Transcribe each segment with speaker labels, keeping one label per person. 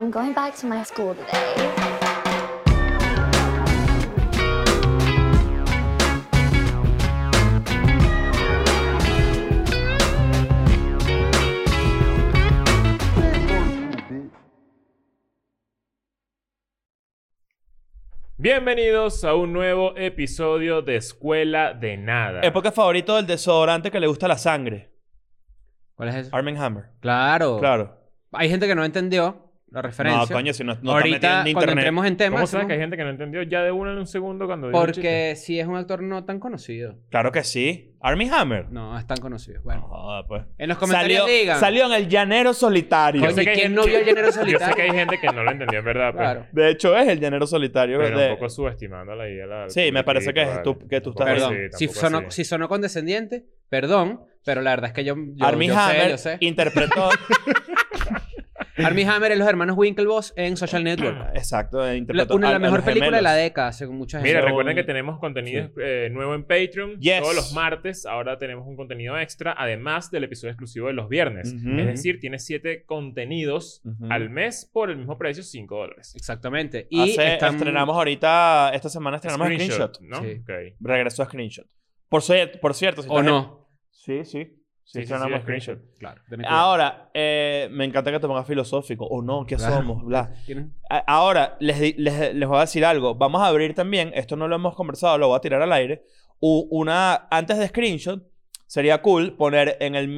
Speaker 1: I'm going back to my school today.
Speaker 2: Bienvenidos a un nuevo episodio de Escuela de Nada.
Speaker 3: Época favorito del desodorante que le gusta la sangre.
Speaker 4: ¿Cuál es eso?
Speaker 3: Arm Hammer.
Speaker 4: Claro.
Speaker 3: Claro.
Speaker 4: Hay gente que no entendió la referencia.
Speaker 3: No, coño, si no, no estás metido
Speaker 4: Ahorita,
Speaker 3: en
Speaker 4: cuando
Speaker 3: internet.
Speaker 4: entremos en tema,
Speaker 2: ¿Cómo sabes
Speaker 4: hacemos-
Speaker 2: que hay gente que no entendió ya de uno en un segundo cuando dijo el chiste?
Speaker 4: porque sí es un actor no tan conocido.
Speaker 3: Claro que sí. Army Hammer.
Speaker 4: No, es tan conocido. Bueno,
Speaker 3: Joda, pues.
Speaker 4: en los comentarios
Speaker 3: Salió,
Speaker 4: digan.
Speaker 3: salió en el llanero solitario.
Speaker 2: Yo
Speaker 4: Coño,
Speaker 2: sé
Speaker 4: ¿y
Speaker 2: que hay
Speaker 4: quién
Speaker 2: gente-
Speaker 4: no vio el género
Speaker 2: Yo sé
Speaker 4: solitario?
Speaker 2: que hay gente que no lo entendió, en verdad. pues.
Speaker 4: Claro.
Speaker 3: De hecho, es el llanero solitario.
Speaker 2: Pero
Speaker 3: de-
Speaker 2: un poco subestimando la idea. la-
Speaker 3: Sí, me parece que es
Speaker 2: vale.
Speaker 3: estu- que tú estás-
Speaker 2: Tampoco
Speaker 4: Perdón.
Speaker 2: así,
Speaker 4: si,
Speaker 2: tampoco
Speaker 4: sonó,
Speaker 2: así.
Speaker 4: si sonó condescendiente, perdón. Pero la verdad es que yo, yo,
Speaker 3: Armie
Speaker 4: yo sé, yo
Speaker 3: Hammer
Speaker 4: sé.
Speaker 3: interpretó.
Speaker 4: Armie Hammer es los hermanos Winklevoss en Social Network.
Speaker 3: exacto, eh,
Speaker 4: La-
Speaker 3: interpretó.
Speaker 4: una de las
Speaker 3: a- a los
Speaker 4: mejores películas de la
Speaker 3: gemelos.
Speaker 4: década, según mucha gente.
Speaker 2: Mira,
Speaker 3: Son-
Speaker 2: recuerden que tenemos contenido eh, nuevo en Patreon.
Speaker 3: Yes.
Speaker 2: Todos los martes ahora tenemos un contenido extra, además del episodio exclusivo de los viernes.
Speaker 3: Ujú.
Speaker 2: Es decir, tiene siete contenidos
Speaker 3: Ujú.
Speaker 2: al mes por el mismo precio, 5 dólares.
Speaker 4: Exactamente. Y
Speaker 3: Hace-
Speaker 4: están-
Speaker 3: estrenamos ahorita, esta semana estrenamos Screenshot.
Speaker 2: ¿no?
Speaker 4: Sí.
Speaker 2: Ok.
Speaker 3: Regresó a Screenshot. Por, cier- por cierto, si
Speaker 4: O
Speaker 3: estás en-
Speaker 4: no.
Speaker 3: Sí, sí.
Speaker 2: Sí,
Speaker 3: Sí,
Speaker 2: sí, sí,
Speaker 3: estrenamos
Speaker 2: es
Speaker 3: Screenshot.
Speaker 2: Screenshot.
Speaker 4: Claro. de mi cuidado.
Speaker 3: Ahora, eh, me encanta que te pongas filosófico. O no, ¿qué
Speaker 4: Claro.
Speaker 3: somos? Bla.
Speaker 4: ¿Tienen?
Speaker 3: A- Ahora, les, di- les, les voy a decir algo. Vamos a abrir también, esto no lo hemos conversado, lo voy a tirar al aire. u- Una, antes de screenshot, sería cool poner en el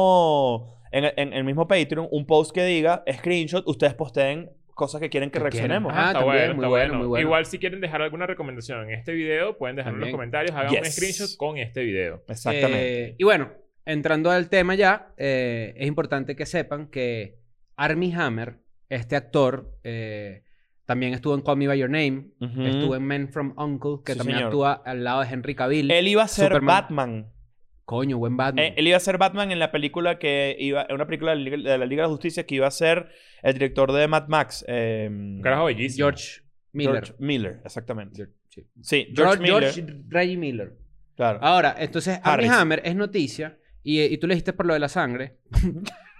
Speaker 3: mismo, en, el- en el mismo Patreon un post que diga screenshot, ustedes posteen cosas que quieren que
Speaker 4: Que
Speaker 3: reaccionemos.
Speaker 4: quieren. Ah, también, muy bueno, muy bueno.
Speaker 2: Igual si quieren dejar alguna recomendación en este video, pueden dejarlo en los
Speaker 4: También.
Speaker 2: comentarios. Hagan un
Speaker 3: Yes.
Speaker 2: screenshot con este video.
Speaker 3: Exactamente.
Speaker 4: Eh, y bueno, entrando al tema ya, eh, es importante que sepan que Armie Hammer, este actor, eh, también estuvo en Call Me By Your Name,
Speaker 3: Ujú.
Speaker 4: estuvo en Men From U.N.C.L.E., que
Speaker 3: Sí,
Speaker 4: también
Speaker 3: señor.
Speaker 4: actúa al lado de Henry Cavill.
Speaker 3: Él iba a ser
Speaker 4: Superman.
Speaker 3: Batman.
Speaker 4: Coño, buen Batman.
Speaker 3: Eh, él iba a ser Batman en la película que iba, en una película de la Liga de la, Liga de la Justicia que iba a ser el director de Mad Max. eh,
Speaker 2: Un carajo bellísimo.
Speaker 4: George Miller.
Speaker 3: George Miller, exactamente.
Speaker 4: George- sí.
Speaker 3: Sí,
Speaker 4: George,
Speaker 3: George Miller.
Speaker 4: George Reggie Miller. Ah,
Speaker 3: Claro.
Speaker 4: Ahora, entonces, Armie
Speaker 3: Harris.
Speaker 4: Hammer es noticia y, y tú le dijiste por lo de la sangre,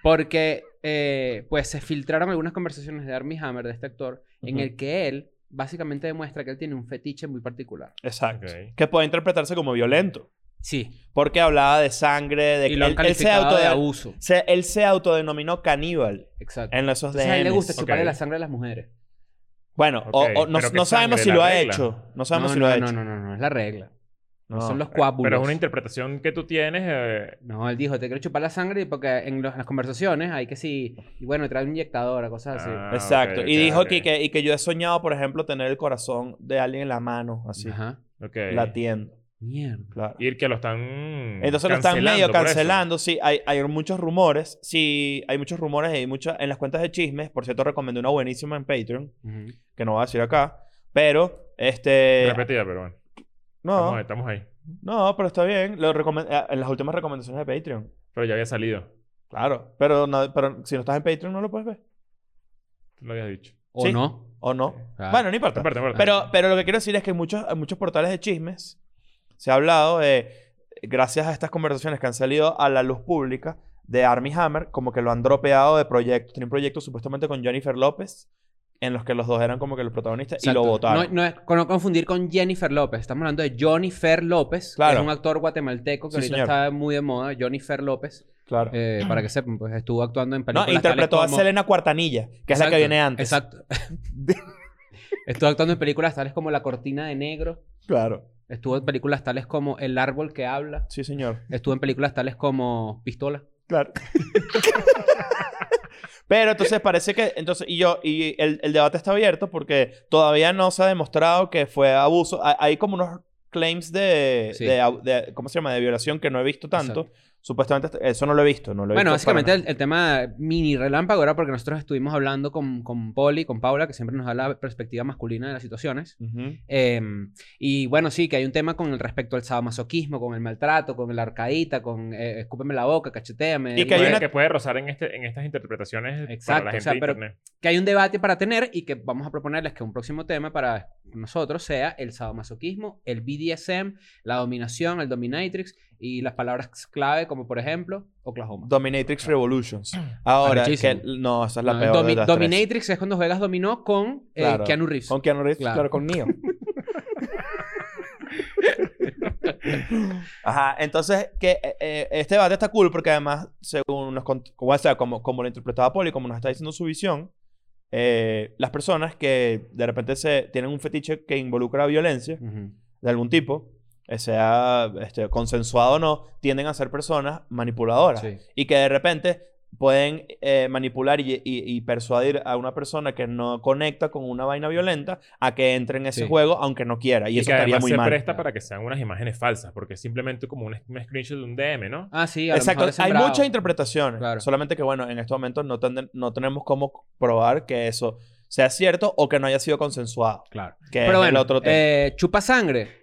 Speaker 4: porque eh, pues se filtraron algunas conversaciones de Armie Hammer, de este actor, en
Speaker 3: Ujú.
Speaker 4: el que él básicamente demuestra que él tiene un fetiche muy particular.
Speaker 3: Exacto.
Speaker 2: Ok.
Speaker 3: Que puede interpretarse como violento.
Speaker 4: Sí.
Speaker 3: Porque hablaba de sangre, de
Speaker 4: Y lo han
Speaker 3: él, él se
Speaker 4: calificado
Speaker 3: auto
Speaker 4: de abuso.
Speaker 3: se- él se autodenominó caníbal
Speaker 4: Exacto.
Speaker 3: en esos
Speaker 4: Entonces a él le
Speaker 3: DMs.
Speaker 4: gusta chuparle
Speaker 2: Ok.
Speaker 4: la sangre a las mujeres.
Speaker 3: Bueno, o-
Speaker 2: Ok,
Speaker 3: o, no,
Speaker 2: pero qué
Speaker 3: no sabemos
Speaker 2: sangre,
Speaker 3: si
Speaker 2: la
Speaker 3: lo ha
Speaker 2: regla.
Speaker 3: hecho. No
Speaker 4: No,
Speaker 3: sabemos
Speaker 4: no,
Speaker 3: si lo ha
Speaker 4: no,
Speaker 3: hecho.
Speaker 4: no, no, no, es la regla.
Speaker 3: No.
Speaker 4: Son los coágulos.
Speaker 2: Pero es una interpretación que tú tienes. eh,
Speaker 4: No, él dijo, te quiero chupar la sangre porque en, los- en las conversaciones hay que sí, y bueno, trae un inyectador, cosas así.
Speaker 2: ah,
Speaker 3: Exacto.
Speaker 2: ok,
Speaker 3: y
Speaker 2: ok,
Speaker 3: dijo
Speaker 2: ok.
Speaker 3: que- Que, y que yo he soñado, por ejemplo, tener el corazón de alguien en la mano, así,
Speaker 4: Ajá.
Speaker 2: Ok.
Speaker 3: latiendo.
Speaker 4: Mierda.
Speaker 3: Claro.
Speaker 2: Y que lo están.
Speaker 3: Entonces lo están
Speaker 2: cancelando
Speaker 3: medio
Speaker 2: por eso.
Speaker 3: cancelando, sí. Hay, hay muchos rumores, sí. Hay muchos rumores y hay muchas... En las cuentas de chismes, por cierto, recomendé una buenísima en Patreon,
Speaker 4: Ujú.
Speaker 3: que no voy a decir acá. Pero, este...
Speaker 2: Repetida, pero bueno.
Speaker 3: No,
Speaker 2: Estamos, estamos ahí.
Speaker 3: no, pero está bien. Lo recomen- eh, en las últimas recomendaciones de Patreon.
Speaker 2: Pero ya había salido.
Speaker 3: Claro. Pero, no- pero si no estás en Patreon, no lo puedes ver.
Speaker 2: Tú lo habías dicho.
Speaker 4: O
Speaker 3: Sí.
Speaker 4: no.
Speaker 3: ¿O no?
Speaker 4: Claro.
Speaker 3: Bueno, no importa.
Speaker 2: Aparte, aparte.
Speaker 3: Pero, pero lo que quiero decir es que en muchos, en muchos portales de chismes se ha hablado de, gracias a estas conversaciones que han salido a la luz pública de Army Hammer, como que lo han dropeado de proyectos. Tiene un proyecto supuestamente con Jennifer López, en los que los dos eran como que los protagonistas y
Speaker 4: Exacto.
Speaker 3: lo votaron.
Speaker 4: No, no es- con- no confundir con Jennifer López. Estamos hablando de Johnny Fer López. que
Speaker 3: Claro.
Speaker 4: es un actor guatemalteco que
Speaker 3: Sí,
Speaker 4: ahorita
Speaker 3: señor.
Speaker 4: está muy de moda. Johnny Fer López.
Speaker 3: claro.
Speaker 4: Eh, para que sepan, pues estuvo actuando en películas.
Speaker 3: no, interpretó a
Speaker 4: tales como-
Speaker 3: Selena Cuartanilla, que es la
Speaker 4: Exacto,
Speaker 3: que viene antes.
Speaker 4: Exacto. estuvo actuando en películas tales como La Cortina de Negro.
Speaker 3: Claro.
Speaker 4: Estuvo en películas tales como El Árbol que Habla.
Speaker 3: Sí, señor.
Speaker 4: Estuvo en películas tales como Pistola.
Speaker 3: Claro. Pero entonces parece que entonces y yo y el, el debate está abierto porque todavía no se ha demostrado que fue abuso. Ha- Hay como unos claims de,
Speaker 4: Sí.
Speaker 3: de au- de- ¿cómo se llama? de violación que no he visto tanto. Supuestamente hasta- eso no lo he visto, no lo he
Speaker 4: Bueno,
Speaker 3: visto para
Speaker 4: básicamente el, el tema mini relámpago era porque nosotros estuvimos hablando con, con Poli, con Paula, que siempre nos da la perspectiva masculina de las situaciones.
Speaker 3: nada. Ujú.
Speaker 4: Eh, y bueno, sí, que hay un tema con el respecto al sadomasoquismo, con el maltrato, con la arcadita, con eh, escúpeme la boca, cacheteame. eh,
Speaker 3: Y
Speaker 2: que,
Speaker 3: hay
Speaker 2: puede,
Speaker 3: una-
Speaker 2: que puede rozar en, este, en estas interpretaciones para
Speaker 4: Exacto,
Speaker 2: la
Speaker 4: o
Speaker 2: gente
Speaker 4: sea,
Speaker 2: de
Speaker 4: pero-
Speaker 2: internet.
Speaker 4: que hay un debate para tener y que vamos a proponerles que un próximo tema para nosotros sea el sadomasoquismo, el BDSM, la dominación, el dominatrix y las palabras clave como por ejemplo Oklahoma.
Speaker 3: Dominatrix Revolutions. Ahora, que,
Speaker 4: Arrechísimo.
Speaker 3: no, esa es la
Speaker 4: No,
Speaker 3: peor.
Speaker 4: Domi-
Speaker 3: de las tres.
Speaker 4: Dominatrix es cuando juegas dominó con eh,
Speaker 3: Claro.
Speaker 4: Keanu Reeves.
Speaker 3: Con Keanu Reeves, claro,
Speaker 4: Claro.
Speaker 3: con Neo. Ajá, entonces que eh, eh, este debate está cool porque además, según nos cont- como, o sea, como, como lo interpretaba Poli, como nos está diciendo su visión, eh, las personas que de repente se tienen un fetiche que involucra violencia
Speaker 4: Ujú.
Speaker 3: de algún tipo, eh, sea este, consensuado o no, tienden a ser personas manipuladoras
Speaker 4: Sí.
Speaker 3: y que de repente pueden eh, manipular y, y- y persuadir a una persona que no conecta con una vaina violenta a que entre en ese
Speaker 4: Sí.
Speaker 3: juego aunque no quiera. Y, eso
Speaker 2: que
Speaker 3: estaría
Speaker 2: además
Speaker 3: muy
Speaker 2: se
Speaker 3: mal.
Speaker 2: presta
Speaker 4: claro.
Speaker 2: para que sean unas imágenes falsas, porque es simplemente como un, un screenshot de un DM, ¿no?
Speaker 4: Ah, sí, a lo
Speaker 3: Exacto,
Speaker 4: mejor es
Speaker 3: hay
Speaker 4: sembrado.
Speaker 3: muchas interpretaciones.
Speaker 4: Claro.
Speaker 3: Solamente que, bueno, en estos momentos no, tenden- no tenemos cómo probar que eso sea cierto o que no haya sido consensuado.
Speaker 4: Claro.
Speaker 3: Que
Speaker 4: Pero
Speaker 3: es el
Speaker 4: bueno,
Speaker 3: otro tema.
Speaker 4: eh, chupa sangre.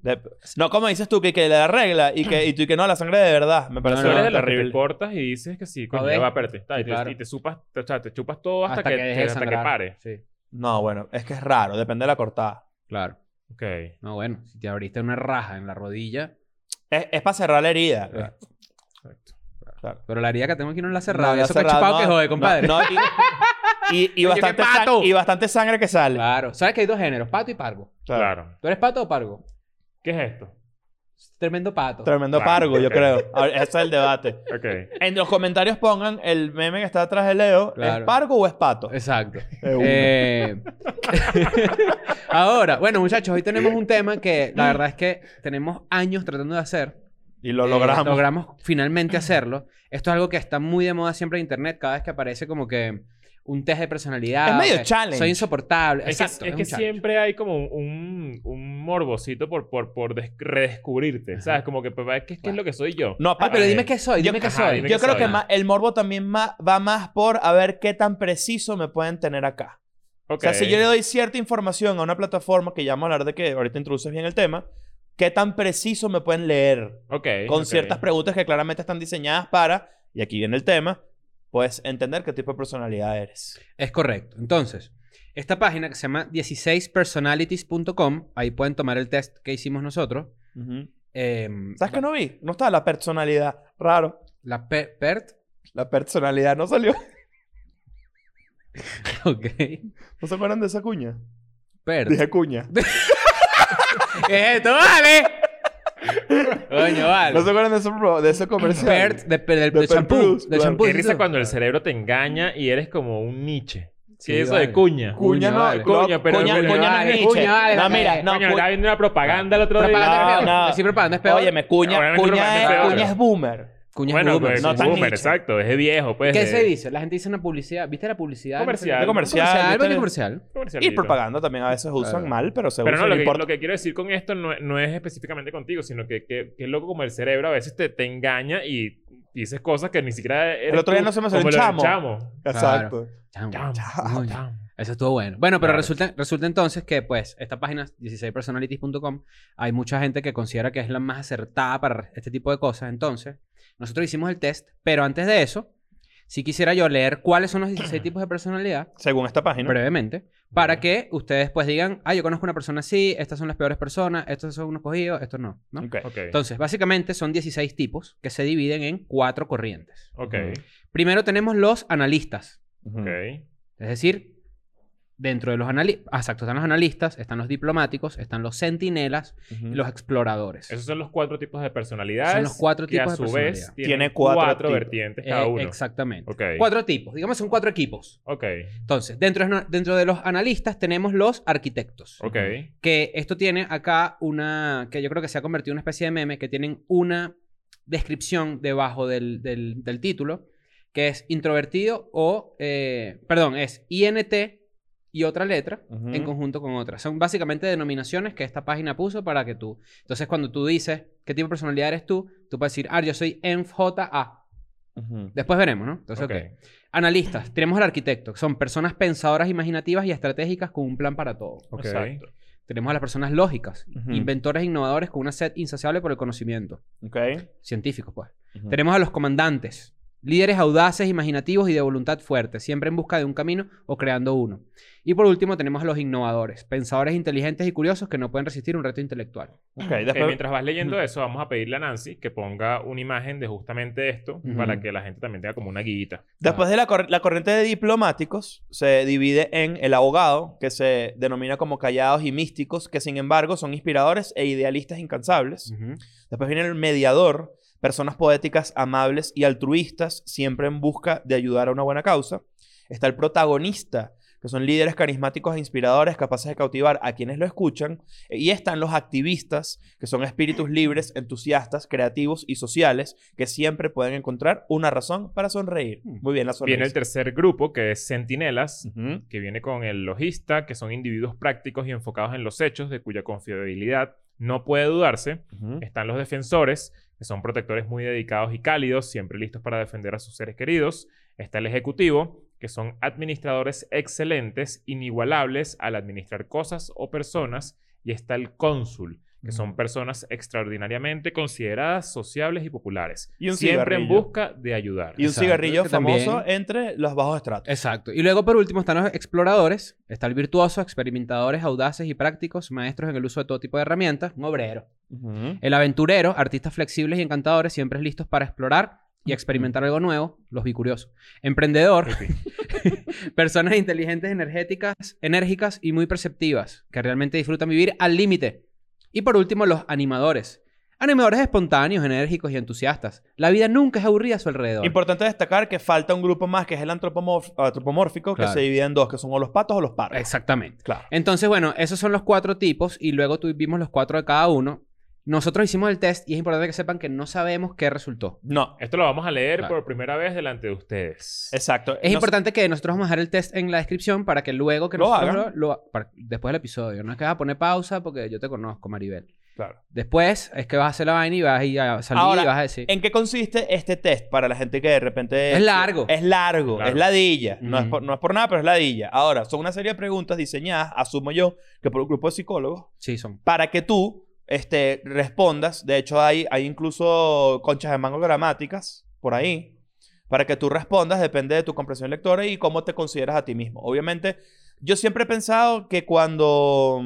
Speaker 3: De- no, como dices tú, que, que la regla y que, y tú y que no, la sangre de verdad. Me parece
Speaker 2: Tú
Speaker 4: no,
Speaker 2: eres de
Speaker 3: horrible.
Speaker 2: los que te cortas y dices que sí, coño,
Speaker 4: ver.
Speaker 2: ya va, espérate. está, y, te,
Speaker 4: claro.
Speaker 2: y te supas, te, o sea, te chupas todo hasta, que,
Speaker 4: deje
Speaker 2: que-
Speaker 4: de
Speaker 2: hasta que
Speaker 4: sangrar.
Speaker 2: pare.
Speaker 4: Sí,
Speaker 3: No, bueno, es que es raro, depende de la cortada.
Speaker 4: claro.
Speaker 2: Ok.
Speaker 4: No, bueno, si te abriste una raja en la rodilla.
Speaker 3: Es, es para cerrar la herida.
Speaker 2: Claro.
Speaker 4: Pero la herida que tengo aquí no la he cerrado.
Speaker 3: No,
Speaker 4: y
Speaker 3: la
Speaker 4: eso que he
Speaker 3: cerrada,
Speaker 4: chupado
Speaker 3: no,
Speaker 4: que jode,
Speaker 3: no,
Speaker 4: compadre.
Speaker 3: no, y, y, y
Speaker 4: Coño, qué
Speaker 3: bastante sang-
Speaker 4: pato.
Speaker 3: y bastante sangre que sale.
Speaker 4: Claro. ¿Sabes que hay dos géneros? Pato y pargo.
Speaker 3: Claro.
Speaker 2: Claro.
Speaker 4: ¿Tú eres pato o pargo?
Speaker 2: ¿Qué es esto?
Speaker 4: Tremendo pato.
Speaker 3: Tremendo
Speaker 2: Claro,
Speaker 3: pargo, yo
Speaker 2: ok.
Speaker 3: creo. Ahora, Ese es el debate.
Speaker 2: Ok.
Speaker 3: En los comentarios pongan el meme que está atrás de Leo. ¿Es
Speaker 4: Claro.
Speaker 3: pargo o es pato?
Speaker 4: Exacto.
Speaker 3: Eh, uno.
Speaker 4: Eh, ahora, bueno, muchachos, hoy tenemos un tema que la verdad es que tenemos años tratando de hacer.
Speaker 3: y lo
Speaker 4: Eh,
Speaker 3: logramos.
Speaker 4: logramos finalmente hacerlo. Esto es algo que está muy de moda siempre en internet. Cada vez que aparece como que un test de personalidad.
Speaker 3: Es medio
Speaker 4: o que
Speaker 3: challenge.
Speaker 4: Soy insoportable.
Speaker 2: Es que,
Speaker 4: Exacto.
Speaker 2: es
Speaker 4: un
Speaker 2: que
Speaker 4: challenge.
Speaker 2: siempre hay como un, un morbocito por, por, por des- redescubrirte,
Speaker 4: Ajá.
Speaker 2: ¿sabes? Como que, papá, ¿qué, qué es lo que soy yo?
Speaker 3: No,
Speaker 4: Ah,
Speaker 3: pa-
Speaker 4: pero
Speaker 2: Ay,
Speaker 4: dime qué soy.
Speaker 3: yo-
Speaker 4: Dime qué
Speaker 2: ajá,
Speaker 4: soy.
Speaker 2: dime
Speaker 3: yo
Speaker 2: que
Speaker 3: creo
Speaker 2: soy.
Speaker 3: que ma- el morbo también ma- va más por a ver qué tan preciso me pueden tener acá.
Speaker 2: Ok.
Speaker 3: O sea, si yo le doy cierta información a una plataforma que ya vamos a hablar de que ahorita introduces bien el tema, qué tan preciso me pueden leer.
Speaker 2: Ok,
Speaker 3: con
Speaker 2: ok.
Speaker 3: ciertas preguntas que claramente están diseñadas para, y aquí viene el tema, pues entender qué tipo de personalidad eres.
Speaker 4: Es correcto. Entonces, esta página que se llama 16personalities.com, ahí pueden tomar el test que hicimos nosotros. Em,
Speaker 3: ¿Sabes qué no vi? No estaba la personalidad. Raro.
Speaker 4: La pe- PERT.
Speaker 3: La personalidad no salió.
Speaker 4: Ok.
Speaker 3: ¿No se acuerdan de esa cuña?
Speaker 4: PERT.
Speaker 3: Dije cuña.
Speaker 4: ¿Qué es esto? ¡Vale! Coño, vale.
Speaker 3: ¿No se acuerdan de ese, pro- de ese comercial?
Speaker 4: PERT de, de- del-
Speaker 3: De
Speaker 4: del champú.
Speaker 3: Pert Plus,
Speaker 4: del
Speaker 3: claro.
Speaker 4: champú.
Speaker 2: Qué
Speaker 4: sí,
Speaker 2: risa
Speaker 4: sí.
Speaker 2: cuando el cerebro te engaña y eres como un Nietzsche. Sí,
Speaker 4: Sí,
Speaker 2: eso
Speaker 4: vale.
Speaker 2: de cuña.
Speaker 4: Cu-
Speaker 3: Cuña
Speaker 4: Cuña,
Speaker 3: no, no,
Speaker 2: vale.
Speaker 3: cuña,
Speaker 2: Coño,
Speaker 3: cuña no
Speaker 4: vale,
Speaker 3: es Nietzsche.
Speaker 4: cuña, vale,
Speaker 3: no,
Speaker 4: vale.
Speaker 3: mira, no,
Speaker 2: Coño,
Speaker 3: cu-
Speaker 2: estaba viendo una propaganda el otro día.
Speaker 4: Propaganda es
Speaker 3: No,
Speaker 4: peor.
Speaker 3: no.
Speaker 4: Decir propaganda es peor.
Speaker 3: Óyeme, cuña,
Speaker 2: Obviamente
Speaker 3: cuña,
Speaker 2: es peor.
Speaker 3: cuña es boomer.
Speaker 4: Cuña es
Speaker 2: Bueno,
Speaker 4: boomer,
Speaker 2: pues,
Speaker 4: sí,
Speaker 3: no
Speaker 2: no
Speaker 4: sí.
Speaker 3: tan
Speaker 2: boomer,
Speaker 3: Nietzsche.
Speaker 2: exacto. Es de viejo, pues.
Speaker 4: ¿Qué
Speaker 2: de-
Speaker 4: se dice? La gente dice una publicidad. ¿Viste la publicidad?
Speaker 2: Comercial.
Speaker 3: De comercial.
Speaker 4: Comercial.
Speaker 3: ¿viste?
Speaker 4: coño, comercial.
Speaker 3: Y
Speaker 2: comercialito.
Speaker 3: propaganda también a veces usan
Speaker 4: Claro.
Speaker 3: mal, pero se
Speaker 2: Pero
Speaker 3: usa,
Speaker 2: no,
Speaker 3: no
Speaker 2: lo que,
Speaker 3: importa.
Speaker 2: lo que quiero decir con esto no, no es específicamente contigo, sino que, que, que es loco como el cerebro a veces te, te engaña y dices cosas que ni siquiera eres
Speaker 3: El otro día
Speaker 2: tú,
Speaker 3: no se me salió
Speaker 2: como
Speaker 3: un
Speaker 2: lo del
Speaker 3: chamo.
Speaker 4: Exacto. Chamo,
Speaker 2: Chamo,
Speaker 4: coño.
Speaker 2: chamo.
Speaker 4: Eso estuvo bueno. Bueno, pero
Speaker 2: Claro.
Speaker 4: resulta, resulta entonces que, pues, esta página 16personalities.com, hay mucha gente que considera que es la más acertada para este tipo de cosas. Entonces, nosotros hicimos el test, pero antes de eso, sí quisiera yo leer cuáles son los 16 tipos de personalidad,
Speaker 3: Según esta página.
Speaker 4: brevemente, para que ustedes, pues, digan, ah, yo conozco una persona así, estas son las peores personas, estos son unos cogidos, estos no, ¿no?
Speaker 3: Ok.
Speaker 2: Ok.
Speaker 4: Entonces, básicamente son 16 tipos que se dividen en cuatro corrientes.
Speaker 2: Ok.
Speaker 4: Primero tenemos los analistas.
Speaker 3: Ujú.
Speaker 2: Ok.
Speaker 4: Es decir, dentro de los analistas, exacto, están los analistas, están los diplomáticos, están los centinelas
Speaker 3: Ujú.
Speaker 4: y los exploradores.
Speaker 2: Esos son los cuatro tipos de personalidades.
Speaker 4: Son los cuatro
Speaker 2: que
Speaker 4: tipos de
Speaker 2: a su vez
Speaker 4: personalidad.
Speaker 2: tienen
Speaker 3: Tiene cuatro
Speaker 2: cuatro,
Speaker 3: tipos.
Speaker 2: vertientes
Speaker 4: Eh,
Speaker 2: cada uno.
Speaker 4: Exactamente.
Speaker 2: Ok.
Speaker 4: Cuatro tipos, digamos son cuatro equipos.
Speaker 2: Ok.
Speaker 4: Entonces, dentro, de- dentro de los analistas tenemos los arquitectos.
Speaker 2: Ok.
Speaker 4: Que esto tiene acá una, que yo creo que se ha convertido en una especie de meme, que tienen una descripción debajo del, del- del título, que es introvertido o, eh, perdón, es INT y otra letra,
Speaker 3: Ujú.
Speaker 4: en conjunto con otras. Son básicamente denominaciones que esta página puso para que tú. Entonces, cuando tú dices qué tipo de personalidad eres tú, tú puedes decir, ah, yo soy ENFJA.
Speaker 3: Ujú.
Speaker 4: Después veremos, ¿no? Entonces,
Speaker 2: Ok.
Speaker 4: Pues ok. Analistas. Tenemos al arquitecto, que son personas pensadoras, imaginativas y estratégicas con un plan para todo.
Speaker 2: Ok.
Speaker 3: Exacto.
Speaker 4: Tenemos a las personas lógicas,
Speaker 3: Ujú.
Speaker 4: inventores innovadores con una sed insaciable por el conocimiento.
Speaker 3: Ok.
Speaker 4: Científicos, pues.
Speaker 3: Ujú.
Speaker 4: Tenemos a los comandantes, Líderes audaces, imaginativos y de voluntad fuerte, siempre en busca de un camino o creando uno. Y por último tenemos a los innovadores, pensadores inteligentes y curiosos que no pueden resistir un reto intelectual.
Speaker 3: Ok,
Speaker 2: Ok,
Speaker 3: después...
Speaker 2: mientras vas leyendo
Speaker 4: Ujú.
Speaker 2: eso, vamos a pedirle a Nancy que ponga una imagen de justamente esto
Speaker 4: Ujú.
Speaker 2: para que la gente también tenga como una guita.
Speaker 3: Después de la, cor- la corriente de diplomáticos se divide en el abogado, que se denomina como callados y místicos, que sin embargo son inspiradores e idealistas incansables. Después viene el mediador, personas poéticas, amables y altruistas, siempre en busca de ayudar a una buena causa. Está el protagonista, que son líderes carismáticos e inspiradores, capaces de cautivar a quienes lo escuchan. Y están los activistas, que son espíritus libres, entusiastas, creativos y sociales, que siempre pueden encontrar una razón para sonreír. Muy bien, la sonrisa.
Speaker 2: Viene el tercer grupo, que es Centinelas,
Speaker 3: Ujú.
Speaker 2: que viene con el logista, que son individuos prácticos y enfocados en los hechos, de cuya confiabilidad no puede dudarse.
Speaker 3: Ujú.
Speaker 2: Están los defensores, que son protectores muy dedicados y cálidos, siempre listos para defender a sus seres queridos. Está el ejecutivo, que son administradores excelentes, inigualables al administrar cosas o personas. Y está el cónsul, que son personas extraordinariamente consideradas, sociables y populares.
Speaker 3: Y un
Speaker 2: siempre en
Speaker 3: cigarrillo.
Speaker 2: busca de ayudar.
Speaker 3: Y un
Speaker 4: Exacto,
Speaker 3: cigarrillo
Speaker 4: que también-
Speaker 3: famoso entre los bajos estratos.
Speaker 4: Exacto. Y luego por último están los exploradores, está el virtuoso, experimentadores, audaces y prácticos, maestros en el uso de todo tipo de herramientas, un obrero.
Speaker 3: Ujú.
Speaker 4: El aventurero, artistas flexibles y encantadores, siempre listos para explorar y experimentar algo nuevo, los bicuriosos. Emprendedor, personas inteligentes, energéticas, enérgicas y muy perceptivas, que realmente disfrutan vivir al límite. Y por último, los animadores. Animadores espontáneos, enérgicos y entusiastas. La vida nunca es aburrida a su alrededor.
Speaker 3: Importante destacar que falta un grupo más, que es el antropomorf- antropomórfico,
Speaker 4: Claro.
Speaker 3: que se divide en dos, que son o los patos o los parros.
Speaker 4: Exactamente.
Speaker 3: Claro.
Speaker 4: Entonces, bueno, esos son los cuatro tipos y luego tuvimos los cuatro de cada uno. Nosotros hicimos el test y es importante que sepan que no sabemos qué resultó.
Speaker 3: No,
Speaker 2: Esto lo vamos a leer
Speaker 4: Claro.
Speaker 2: por primera vez delante de ustedes.
Speaker 3: exacto.
Speaker 4: Es
Speaker 3: No-
Speaker 4: importante que nosotros vamos a dejar el test en la descripción para que luego que
Speaker 3: Lo
Speaker 4: nosotros lo-
Speaker 3: hagan.
Speaker 4: lo- para- después del episodio. No es que vas a poner pausa porque yo te conozco, Maribel.
Speaker 3: Claro.
Speaker 4: Después es que vas a hacer la vaina y vas a, ir a salir
Speaker 3: Ahora,
Speaker 4: y vas a decir.
Speaker 3: ¿En qué consiste este test para la gente que de repente...
Speaker 4: Es largo.
Speaker 3: Es largo,
Speaker 2: Claro.
Speaker 3: es ladilla. No, es
Speaker 4: Ujú.
Speaker 3: por, no es por nada, pero es ladilla. Ahora, son una serie de preguntas diseñadas, asumo yo, que por un grupo de psicólogos,
Speaker 4: Sí, son.
Speaker 3: para que tú este, respondas. De hecho, hay, hay incluso conchas de mango gramáticas por ahí. Para que tú respondas, depende de tu comprensión lectora y cómo te consideras a ti mismo. Obviamente, yo siempre he pensado que cuando,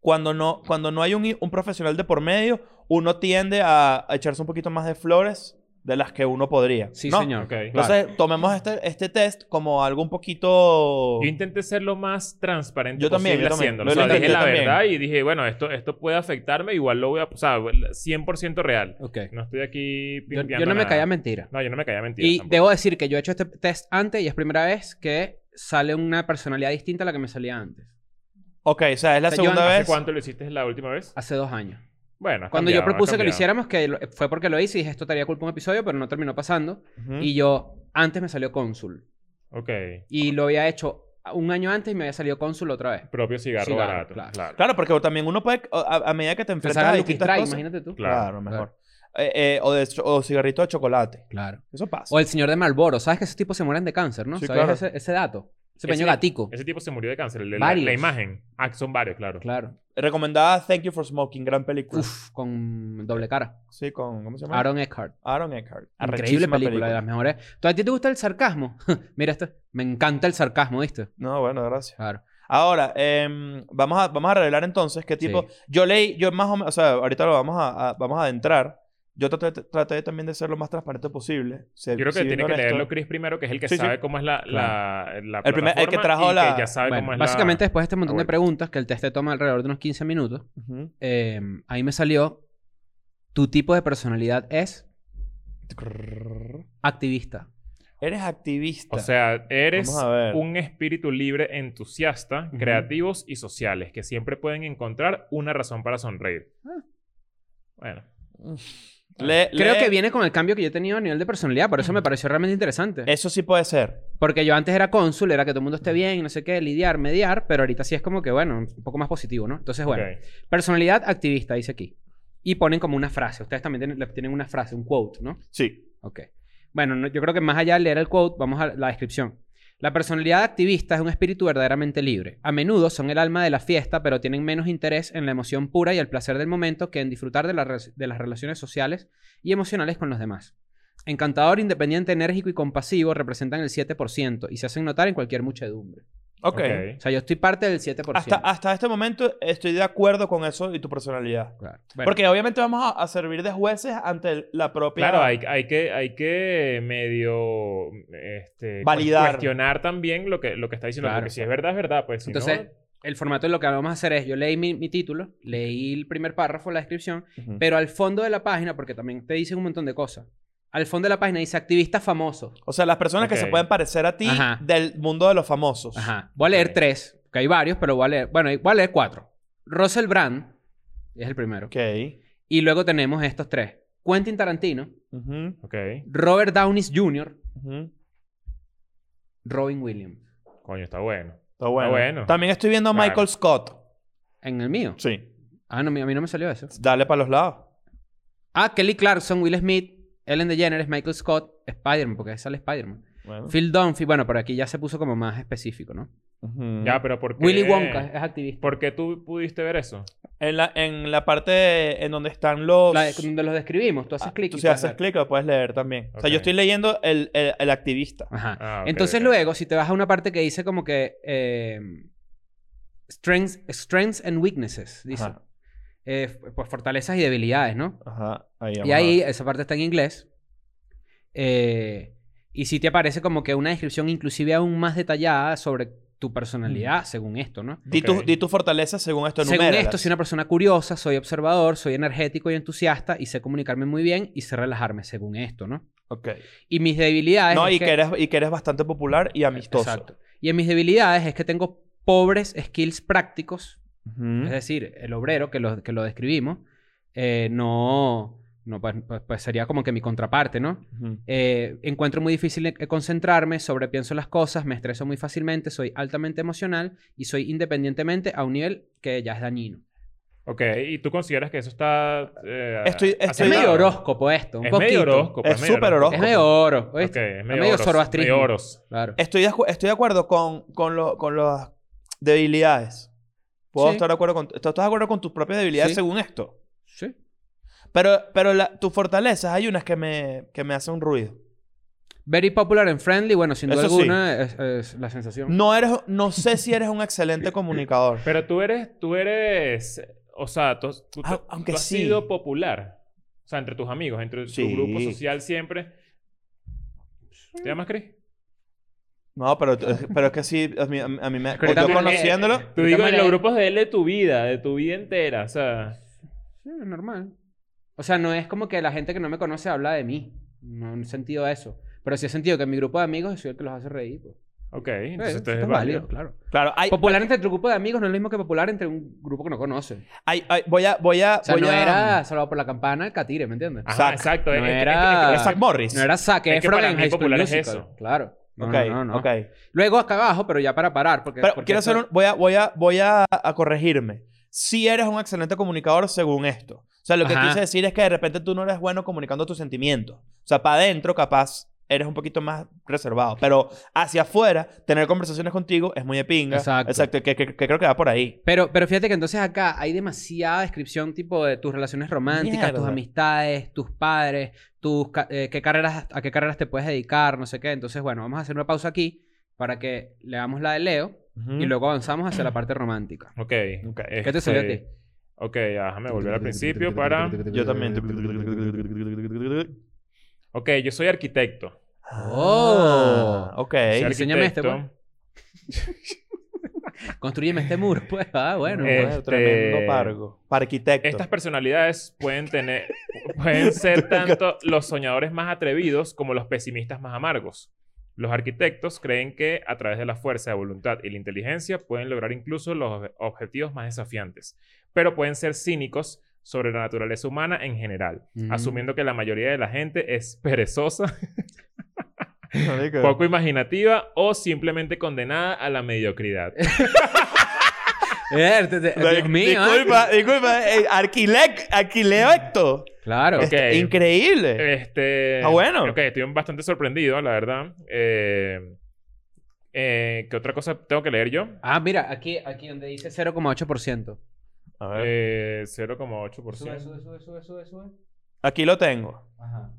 Speaker 3: cuando, no, cuando no hay un, un profesional de por medio, uno tiende a, a echarse un poquito más de flores de las que uno podría.
Speaker 4: Sí,
Speaker 3: ¿no?
Speaker 4: señor.
Speaker 2: Ok.
Speaker 3: Entonces, tomemos este, este test como algo un poquito...
Speaker 2: Yo intenté ser lo más transparente
Speaker 3: Yo también,
Speaker 2: posible
Speaker 3: yo también.
Speaker 2: haciéndolo.
Speaker 3: Lo
Speaker 2: O sea,
Speaker 3: intenté,
Speaker 2: dije
Speaker 3: yo
Speaker 2: la
Speaker 3: también.
Speaker 2: verdad y dije, bueno, esto, esto puede afectarme, igual lo voy a... O sea, 100% real.
Speaker 4: Ok.
Speaker 2: No estoy aquí
Speaker 4: Yo,
Speaker 2: pimpeando
Speaker 4: yo no me
Speaker 2: nada.
Speaker 4: caía mentira.
Speaker 2: No, yo no me caía mentira.
Speaker 4: Y
Speaker 2: tampoco.
Speaker 4: debo decir que yo he hecho este test antes y es primera vez que sale una personalidad distinta a la que me salía antes.
Speaker 3: Ok, o sea, es la
Speaker 4: O sea, yo
Speaker 3: segunda
Speaker 2: ¿Hace
Speaker 3: vez.
Speaker 2: cuánto lo hiciste la última vez?
Speaker 4: Hace dos años.
Speaker 2: Bueno, has
Speaker 4: Cuando
Speaker 2: cambiado,
Speaker 4: yo
Speaker 2: has
Speaker 4: propuse que lo
Speaker 2: cambiado.
Speaker 4: hiciéramos, que lo- fue porque lo hice y dije esto estaría culpa un episodio, pero no terminó pasando.
Speaker 3: Ujú.
Speaker 4: Y yo, antes me salió cónsul.
Speaker 2: Ok.
Speaker 4: Y lo había hecho un año antes y me había salido cónsul otra vez.
Speaker 2: Propio cigarro,
Speaker 4: Cigarro,
Speaker 2: barato.
Speaker 4: claro.
Speaker 2: Claro.
Speaker 3: Claro, porque también uno puede, a, a medida que te enfrentas
Speaker 4: Pensaba
Speaker 3: a
Speaker 4: en Lucky
Speaker 3: distintas
Speaker 4: Strike,
Speaker 3: cosas-
Speaker 4: imagínate tú.
Speaker 2: Claro,
Speaker 3: Claro, mejor. Eh, eh, o, de cho- o cigarrito de chocolate.
Speaker 4: Claro.
Speaker 3: Eso pasa.
Speaker 4: O el señor de Malboro. ¿Sabes que esos tipos se mueren de cáncer, no?
Speaker 3: Sí,
Speaker 4: ¿Sabes
Speaker 3: claro.
Speaker 4: ese, ese dato? Ese
Speaker 2: Ese-
Speaker 4: pequeño gatico.
Speaker 2: Ese tipo se murió de cáncer. el de La,
Speaker 4: Varios.
Speaker 2: la imagen. Ah, son varios, claro.
Speaker 4: Claro.
Speaker 3: Recomendada Thank You for Smoking, gran película.
Speaker 4: Uf, con doble cara.
Speaker 3: Sí, con, ¿cómo se llama?
Speaker 4: Aaron Eckhart.
Speaker 3: Aaron Eckhart.
Speaker 4: Increíble
Speaker 3: Arrechísima
Speaker 4: película, de las mejores. ¿Tú a ti te gusta el sarcasmo? Mira esto. Me encanta el sarcasmo, ¿viste?
Speaker 3: No, bueno, gracias.
Speaker 4: Claro.
Speaker 3: Ahora, em, vamos, a, vamos a revelar entonces qué tipo...
Speaker 4: Sí.
Speaker 3: Yo leí, yo más o menos, o sea, ahorita lo vamos a, a- vamos a adentrar. Yo traté, traté también de ser lo más transparente posible. Se-
Speaker 2: Yo creo que
Speaker 3: si
Speaker 2: tiene
Speaker 3: bien
Speaker 2: que
Speaker 3: honesto.
Speaker 2: leerlo Chris primero, que es el que
Speaker 3: Sí, sí.
Speaker 2: sabe cómo es la, la, la
Speaker 3: El primer- el que
Speaker 2: plataforma
Speaker 3: trajo
Speaker 2: y
Speaker 3: la-
Speaker 2: que ya sabe
Speaker 4: Bueno,
Speaker 2: cómo es la-
Speaker 4: básicamente después de este montón de
Speaker 2: vuelta.
Speaker 4: preguntas, que el test te toma alrededor de unos 15 minutos,
Speaker 3: Ujú.
Speaker 4: eh, ahí me salió, tu tipo de personalidad es activista.
Speaker 3: Eres activista.
Speaker 2: O sea, eres
Speaker 3: Vamos a ver.
Speaker 2: un espíritu libre, entusiasta,
Speaker 3: Ujú.
Speaker 2: creativos y sociales, que siempre pueden encontrar una razón para sonreír.
Speaker 4: Ah.
Speaker 2: Bueno,
Speaker 3: Le-
Speaker 4: Creo
Speaker 3: lee-
Speaker 4: que viene con el cambio que yo he tenido a nivel de personalidad, por eso me pareció realmente interesante.
Speaker 3: Eso sí puede ser.
Speaker 4: Porque yo antes era cónsul, era que todo el mundo esté bien y no sé qué, lidiar, mediar, pero ahorita sí es como que, bueno, un poco más positivo, ¿no? Entonces, bueno,
Speaker 2: ok.
Speaker 4: personalidad activista, dice aquí. Y ponen como una frase, ustedes también tienen, le- tienen una frase, un quote, ¿no?
Speaker 3: Sí.
Speaker 4: Ok. Bueno, no- yo creo que más allá de leer el quote, vamos a la descripción. La personalidad activista es un espíritu verdaderamente libre. A menudo son el alma de la fiesta, pero tienen menos interés en la emoción pura y el placer del momento que en disfrutar de, la re- de las relaciones sociales y emocionales con los demás. Encantador, independiente, enérgico y compasivo representan el 7% y se hacen notar en cualquier muchedumbre.
Speaker 3: Ok.
Speaker 4: O sea, yo estoy parte del 7%.
Speaker 3: Hasta, hasta este momento estoy de acuerdo con eso y tu personalidad.
Speaker 4: Claro. Bueno,
Speaker 3: Porque obviamente vamos a, a servir de jueces ante el- la propia...
Speaker 2: Claro, hay, hay que, hay que medio este,
Speaker 3: Validar.
Speaker 2: cuestionar también lo que, lo que está diciendo.
Speaker 4: Claro.
Speaker 2: Porque si es verdad, es verdad. Pues, si
Speaker 4: Entonces,
Speaker 2: no-
Speaker 4: el formato de lo que vamos a hacer es, yo leí mi, mi título, leí el primer párrafo, la descripción,
Speaker 3: Ujú.
Speaker 4: pero al fondo de la página, porque también te dicen un montón de cosas, al fondo de la página dice activistas famosos.
Speaker 3: O sea, las personas que se
Speaker 2: Ok.
Speaker 3: pueden parecer a ti
Speaker 4: Ajá.
Speaker 3: del mundo de los famosos.
Speaker 4: Ajá. Voy a leer
Speaker 2: Ok.
Speaker 4: tres, que hay varios, pero voy a leer, bueno, voy a leer cuatro. Russell Brand es el primero.
Speaker 3: Ok.
Speaker 4: Y luego tenemos estos tres. Quentin Tarantino,
Speaker 3: Ujú,
Speaker 2: Ok,
Speaker 4: Robert Downey Jr.,
Speaker 3: ujú.
Speaker 4: Robin Williams.
Speaker 2: coño, está bueno.
Speaker 3: Está bueno.
Speaker 2: bueno.
Speaker 3: También estoy viendo a
Speaker 2: Claro.
Speaker 3: Michael Scott.
Speaker 4: En el mío.
Speaker 3: Sí.
Speaker 4: Ah, no, a mí no me salió eso.
Speaker 3: Dale para los lados.
Speaker 4: Ah, Kelly Clarkson, Will Smith, Ellen DeGeneres, Michael Scott, Spider-Man, porque ahí sale Spider-Man.
Speaker 3: Bueno.
Speaker 4: Phil Dunphy, bueno, pero aquí ya se puso como más específico, ¿no?
Speaker 3: Ujú.
Speaker 2: Ya, pero ¿por qué?
Speaker 4: Willy Wonka es activista.
Speaker 2: ¿Por qué tú pudiste ver eso?
Speaker 3: En la, en la parte en donde están los...
Speaker 4: La de- donde los describimos, tú haces
Speaker 3: Ah,
Speaker 4: clic.
Speaker 3: Tú
Speaker 4: y
Speaker 3: si
Speaker 4: puedes
Speaker 3: haces
Speaker 4: ver.
Speaker 3: clic lo puedes leer también. O sea,
Speaker 2: Ok.
Speaker 3: yo estoy leyendo el, el, el activista.
Speaker 4: Ajá.
Speaker 2: Ah, ok,
Speaker 4: Entonces
Speaker 2: ok.
Speaker 4: luego, si te vas a una parte que dice como que... eh, strengths, strengths and weaknesses, dice.
Speaker 3: Ajá.
Speaker 4: Eh, pues fortalezas y debilidades, ¿no?
Speaker 3: Ajá. Ahí
Speaker 4: Y
Speaker 3: vamos a
Speaker 4: ahí
Speaker 3: ver.
Speaker 4: esa parte está en inglés. Eh, y sí te aparece como que una descripción inclusive aún más detallada sobre tu
Speaker 3: Mm.
Speaker 4: personalidad, según esto, ¿no?
Speaker 3: Di, tu,
Speaker 2: Ok.
Speaker 3: di tu fortaleza según esto.
Speaker 4: Según
Speaker 3: enuméralas.
Speaker 4: esto, soy una persona curiosa, soy observador, soy energético y entusiasta y sé comunicarme muy bien y sé relajarme, según esto, ¿no?
Speaker 3: Ok.
Speaker 4: Y mis debilidades...
Speaker 3: No,
Speaker 4: es
Speaker 3: y que... eres, y que eres bastante popular y amistoso.
Speaker 4: Exacto. Y en mis debilidades es que tengo pobres skills prácticos
Speaker 3: Ujú.
Speaker 4: Es decir, el obrero que lo, que lo describimos, eh, no, no pues, pues- pues sería como que mi contraparte, ¿no?
Speaker 3: Ujú.
Speaker 4: Eh, encuentro muy difícil eh, concentrarme, sobrepienso las cosas, me estreso muy fácilmente, soy altamente emocional y soy independientemente a un nivel que ya es dañino.
Speaker 2: Ok, ¿y tú consideras que eso está... eh,
Speaker 3: Estoy- estoy-
Speaker 4: Es
Speaker 2: aceptable?
Speaker 4: medio horóscopo esto, un
Speaker 2: Es
Speaker 4: poquito.
Speaker 2: medio horóscopo.
Speaker 3: Es súper
Speaker 4: Es
Speaker 3: horóscopo.
Speaker 4: medio oro,
Speaker 2: Ok,
Speaker 4: ¿oíste?
Speaker 2: es
Speaker 4: Es
Speaker 2: medio
Speaker 4: medio
Speaker 2: oros,
Speaker 4: zoroastrismo.
Speaker 2: medio oros.
Speaker 4: Claro.
Speaker 3: Estoy de, acu- estoy de acuerdo con, con, lo- con las debilidades. Puedo
Speaker 4: Sí.
Speaker 3: estar de acuerdo con... ¿Estás de acuerdo con tus propias debilidades
Speaker 4: Sí.
Speaker 3: según esto?
Speaker 4: Sí.
Speaker 3: Pero, pero la- tus fortalezas hay unas que me, que me hacen ruido.
Speaker 4: Very popular and friendly, bueno, sin duda
Speaker 3: Eso sí.
Speaker 4: alguna es, es la sensación.
Speaker 3: No, eres, no sé si eres un excelente comunicador.
Speaker 2: Pero tú eres... Tú eres o sea, tú, tú-
Speaker 3: Ah,
Speaker 2: tú
Speaker 3: aunque
Speaker 2: has
Speaker 3: sí.
Speaker 2: sido popular. O sea, entre tus amigos, entre tu
Speaker 3: Sí.
Speaker 2: grupo social siempre. ¿Te llamas Chris?
Speaker 3: No, pero, pero es que sí, a mí, a mí me...
Speaker 4: Pero
Speaker 3: yo
Speaker 4: también-
Speaker 3: conociéndolo...
Speaker 2: Tú
Speaker 4: De
Speaker 2: digo,
Speaker 4: todas
Speaker 2: en los
Speaker 4: maneras-
Speaker 2: grupos de él de tu vida, de tu vida entera. O sea,
Speaker 4: Sí, es normal. O sea, no es como que la gente que no me conoce habla de mí. No he sentido eso. Pero sí he sentido que en mi grupo de amigos soy el que los hace reír. Pues.
Speaker 2: ok. Entonces
Speaker 4: Eh,
Speaker 2: esto
Speaker 4: eso
Speaker 2: es
Speaker 4: es
Speaker 2: válido.
Speaker 4: claro.
Speaker 3: Claro, hay,
Speaker 4: Popular entre tu grupo de amigos no es lo mismo que popular entre un grupo que no conoce.
Speaker 3: hay- hay- voy a... Voy a
Speaker 4: O sea,
Speaker 3: voy
Speaker 4: no
Speaker 3: a-
Speaker 4: era salvado por la campana el catire, ¿me entiendes?
Speaker 2: Ajá,
Speaker 3: Zac.
Speaker 2: exacto.
Speaker 4: No
Speaker 2: es que- es que-
Speaker 4: era-
Speaker 2: Ah, es que-
Speaker 3: Zac Morris.
Speaker 4: No era Zac
Speaker 2: Es que
Speaker 4: Efron
Speaker 2: para
Speaker 4: en
Speaker 2: mí
Speaker 4: High School
Speaker 2: popular es
Speaker 4: Musical.
Speaker 2: eso.
Speaker 4: Claro. No,
Speaker 3: Ok,
Speaker 4: no, no, no.
Speaker 3: ok.
Speaker 4: Luego acá abajo, pero ya para parar. Porque,
Speaker 3: Pero
Speaker 4: porque
Speaker 3: quiero
Speaker 4: esto-
Speaker 3: hacer un... Voy a, voy a, voy a, a corregirme. Si eres un excelente comunicador según esto. O sea, lo que
Speaker 4: Ajá.
Speaker 3: quise decir es que de repente tú no eres bueno comunicando tus sentimientos. O sea, para adentro capaz eres un poquito más reservado. Pero hacia afuera, tener conversaciones contigo es muy de pinga.
Speaker 4: Exacto.
Speaker 3: Exacto. Que, que- que creo que va por ahí.
Speaker 4: Pero, pero fíjate que entonces acá hay demasiada descripción tipo de tus relaciones románticas, tus
Speaker 3: Mierda.
Speaker 4: amistades, tus padres, tus ca- eh, qué carreras, a qué carreras te puedes dedicar, no sé qué. Entonces, bueno, vamos a hacer una pausa aquí para que leamos la de Leo y luego avanzamos hacia la parte romántica.
Speaker 2: Ok. este,
Speaker 3: Ok.
Speaker 4: ¿Qué te salió a ti?
Speaker 2: Ok, ya, déjame volver al principio para...
Speaker 3: Yo también.
Speaker 2: Ok, yo soy arquitecto.
Speaker 3: Ah, ok.
Speaker 2: Soy
Speaker 4: Sí, diseñame este,
Speaker 2: arquitecto.
Speaker 4: pues. Construyeme este muro, pues. Ah, bueno.
Speaker 2: Eh,
Speaker 3: Bueno,
Speaker 2: Este-
Speaker 3: Tremendo pargo. Parquitecto.
Speaker 2: Estas personalidades pueden tener, pueden ser tanto los soñadores más atrevidos como los pesimistas más amargos. Los arquitectos creen que a través de la fuerza de voluntad y la inteligencia pueden lograr incluso los ob- objetivos más desafiantes, pero pueden ser cínicos sobre la naturaleza humana en general,
Speaker 4: Mm.
Speaker 2: asumiendo que la mayoría de la gente es perezosa,
Speaker 3: Marico.
Speaker 2: poco imaginativa o simplemente condenada a la mediocridad.
Speaker 4: Eh, te- te- Dios mío. ¿eh?
Speaker 3: Disculpa, disculpa. eh, Arquilec, arquilecto.
Speaker 4: Claro.
Speaker 2: Ok.
Speaker 3: Este,
Speaker 4: Eh.
Speaker 3: increíble.
Speaker 2: Este.
Speaker 3: Ah, bueno.
Speaker 2: Ok, estoy bastante sorprendido, la verdad. Eh, eh, ¿Qué otra cosa tengo que leer yo?
Speaker 4: Ah, mira, aquí, aquí donde dice 0,8%.
Speaker 3: A ver.
Speaker 2: Eh, 0,8%.
Speaker 4: sube, sube, sube, sube.
Speaker 3: Aquí lo tengo.
Speaker 4: Ajá.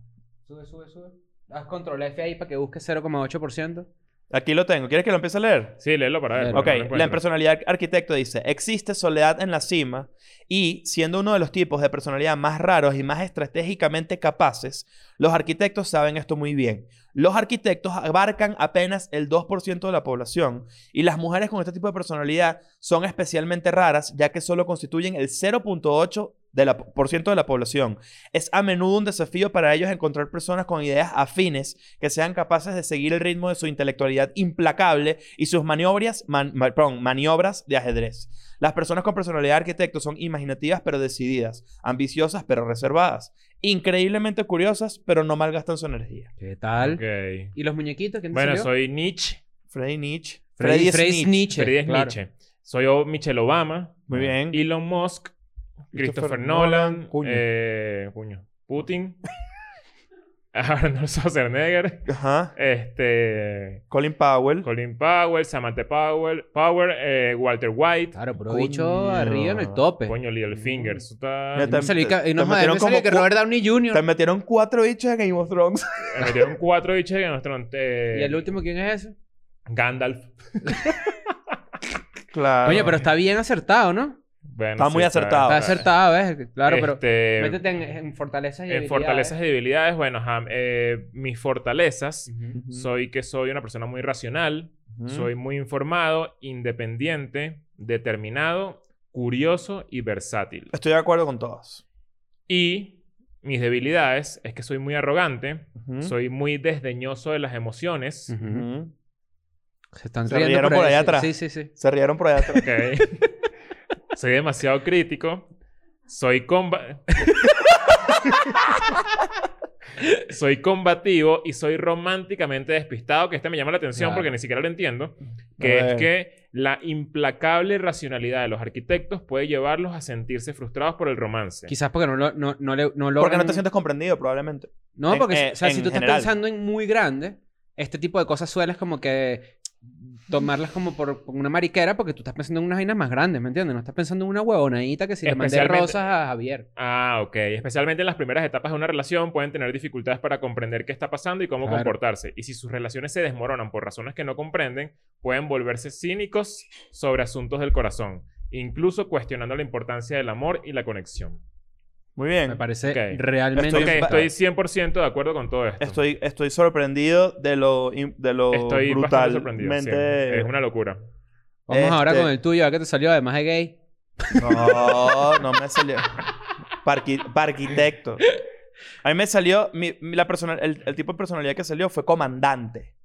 Speaker 4: Sube, sube, sube. Haz control F ahí para que busque 0,8%.
Speaker 3: Aquí lo tengo. ¿Quieres que lo empiece a leer?
Speaker 2: Sí, léelo para ver.
Speaker 4: Bueno,
Speaker 3: Ok,
Speaker 2: porque no lo
Speaker 3: la
Speaker 2: encuentro.
Speaker 3: personalidad arquitecto dice, existe soledad en la cima y siendo uno de los tipos de personalidad más raros y más estratégicamente capaces, los arquitectos saben esto muy bien. Los arquitectos abarcan apenas el 2% de la población y las mujeres con este tipo de personalidad son especialmente raras ya que solo constituyen el 0.8% de la, por ciento de la población. Es a menudo un desafío para ellos encontrar personas con ideas afines que sean capaces de seguir el ritmo de su intelectualidad implacable y sus maniobras, man- ma- perdón, maniobras de ajedrez. Las personas con personalidad de arquitecto son imaginativas pero decididas, ambiciosas pero reservadas, increíblemente curiosas pero no malgastan su energía.
Speaker 4: ¿Qué tal?
Speaker 2: Ok.
Speaker 4: ¿Y los muñequitos? ¿Quién te
Speaker 2: Bueno,
Speaker 4: salió?
Speaker 2: soy Nietzsche.
Speaker 3: Freddy Nietzsche.
Speaker 4: Freddy,
Speaker 3: Freddy, es Nietzsche.
Speaker 4: Nietzsche.
Speaker 2: Freddy es
Speaker 4: claro.
Speaker 2: Nietzsche. Soy o- Michelle Obama.
Speaker 3: Muy bien.
Speaker 2: Elon Musk. Christopher,
Speaker 3: Christopher
Speaker 2: Nolan.
Speaker 3: Nolan, cuño.
Speaker 2: eh, cuño, Putin. Arnold Schwarzenegger.
Speaker 3: Ajá.
Speaker 2: Este.
Speaker 3: Colin Powell.
Speaker 2: Colin Powell, Samantha Powell, Power, eh, Walter White,
Speaker 3: Ah,
Speaker 4: Claro, pero
Speaker 3: Coño.
Speaker 4: bicho arriba en el tope.
Speaker 2: coño, Littlefinger, eso está...
Speaker 3: pues.
Speaker 4: Y
Speaker 3: Mm. Ya te-
Speaker 4: me salió que, y
Speaker 3: te
Speaker 4: no, joder,
Speaker 3: metieron
Speaker 4: me salió
Speaker 3: como
Speaker 4: que
Speaker 3: cu-
Speaker 4: Robert Downey Jr.
Speaker 3: Te metieron cuatro bichos en Game of Thrones.
Speaker 2: Me metieron cuatro bichos de nuestro...
Speaker 4: ¿Y el último quién es ese?
Speaker 2: eh, Gandalf.
Speaker 3: claro.
Speaker 4: Coño, pero está bien acertado, ¿no?
Speaker 2: Bueno,
Speaker 3: Está muy acertado.
Speaker 4: Está acertado, ¿ves? Claro, pero
Speaker 2: Este,
Speaker 4: métete en, en fortalezas y
Speaker 2: en fortalezas y debilidades, bueno, ajá, eh, mis fortalezas,
Speaker 3: Ujú.
Speaker 2: soy que soy una persona muy racional,
Speaker 3: Ujú.
Speaker 2: soy muy informado, independiente, determinado, curioso y versátil.
Speaker 3: Estoy de acuerdo con todos.
Speaker 2: Y mis debilidades es que soy muy arrogante,
Speaker 3: Ujú.
Speaker 2: soy muy desdeñoso de las emociones.
Speaker 4: Ujú.
Speaker 3: Ujú.
Speaker 4: Se están
Speaker 3: Se
Speaker 4: riendo
Speaker 3: rieron por allá
Speaker 4: ahí, sí,
Speaker 3: atrás.
Speaker 4: Sí, sí, sí.
Speaker 3: Se rieron por allá atrás.
Speaker 2: Ok. Soy demasiado crítico. Soy comba... soy combativo y soy románticamente despistado, que este me llama la atención
Speaker 4: Claro.
Speaker 2: porque ni siquiera lo entiendo,
Speaker 3: A
Speaker 2: que
Speaker 3: ver.
Speaker 2: es que la implacable racionalidad de los arquitectos puede llevarlos a sentirse frustrados por el romance.
Speaker 4: Quizás porque no lo no, no le- no
Speaker 3: Porque no
Speaker 4: logran-
Speaker 3: te sientes comprendido, probablemente.
Speaker 4: No,
Speaker 3: en-
Speaker 4: porque
Speaker 3: eh,
Speaker 4: o sea, si
Speaker 3: en
Speaker 4: tú estás
Speaker 3: general.
Speaker 4: pensando en muy grande, este tipo de cosas sueles como que tomarlas como por, por una mariquera porque tú estás pensando en unas vainas más grandes, ¿me entiendes? No estás pensando en una huevonadita que si le mandé
Speaker 2: Especialmente-
Speaker 4: rosas a Javier.
Speaker 2: Ah, ok. Especialmente en las primeras etapas de una relación pueden tener dificultades para comprender qué está pasando y cómo
Speaker 4: Claro.
Speaker 2: comportarse. Y si sus relaciones se desmoronan por razones que no comprenden, pueden volverse cínicos sobre asuntos del corazón, incluso cuestionando la importancia del amor y la conexión.
Speaker 3: Muy bien.
Speaker 4: Me parece
Speaker 2: Ok.
Speaker 4: realmente...
Speaker 2: Ok,
Speaker 3: Estoy-
Speaker 2: estoy 100% de acuerdo con todo esto.
Speaker 3: Estoy, estoy sorprendido de lo, in- de lo
Speaker 2: Estoy bastante sorprendido. sí.
Speaker 3: brutalmente...
Speaker 2: Es una locura.
Speaker 4: Vamos ahora
Speaker 3: Este-
Speaker 4: con el tuyo, a ver qué te salió, además de gay.
Speaker 3: No, no me salió. Parqui- Parquitecto. A mí me salió... mi- mi- la personal, el, el tipo de personalidad que salió fue comandante.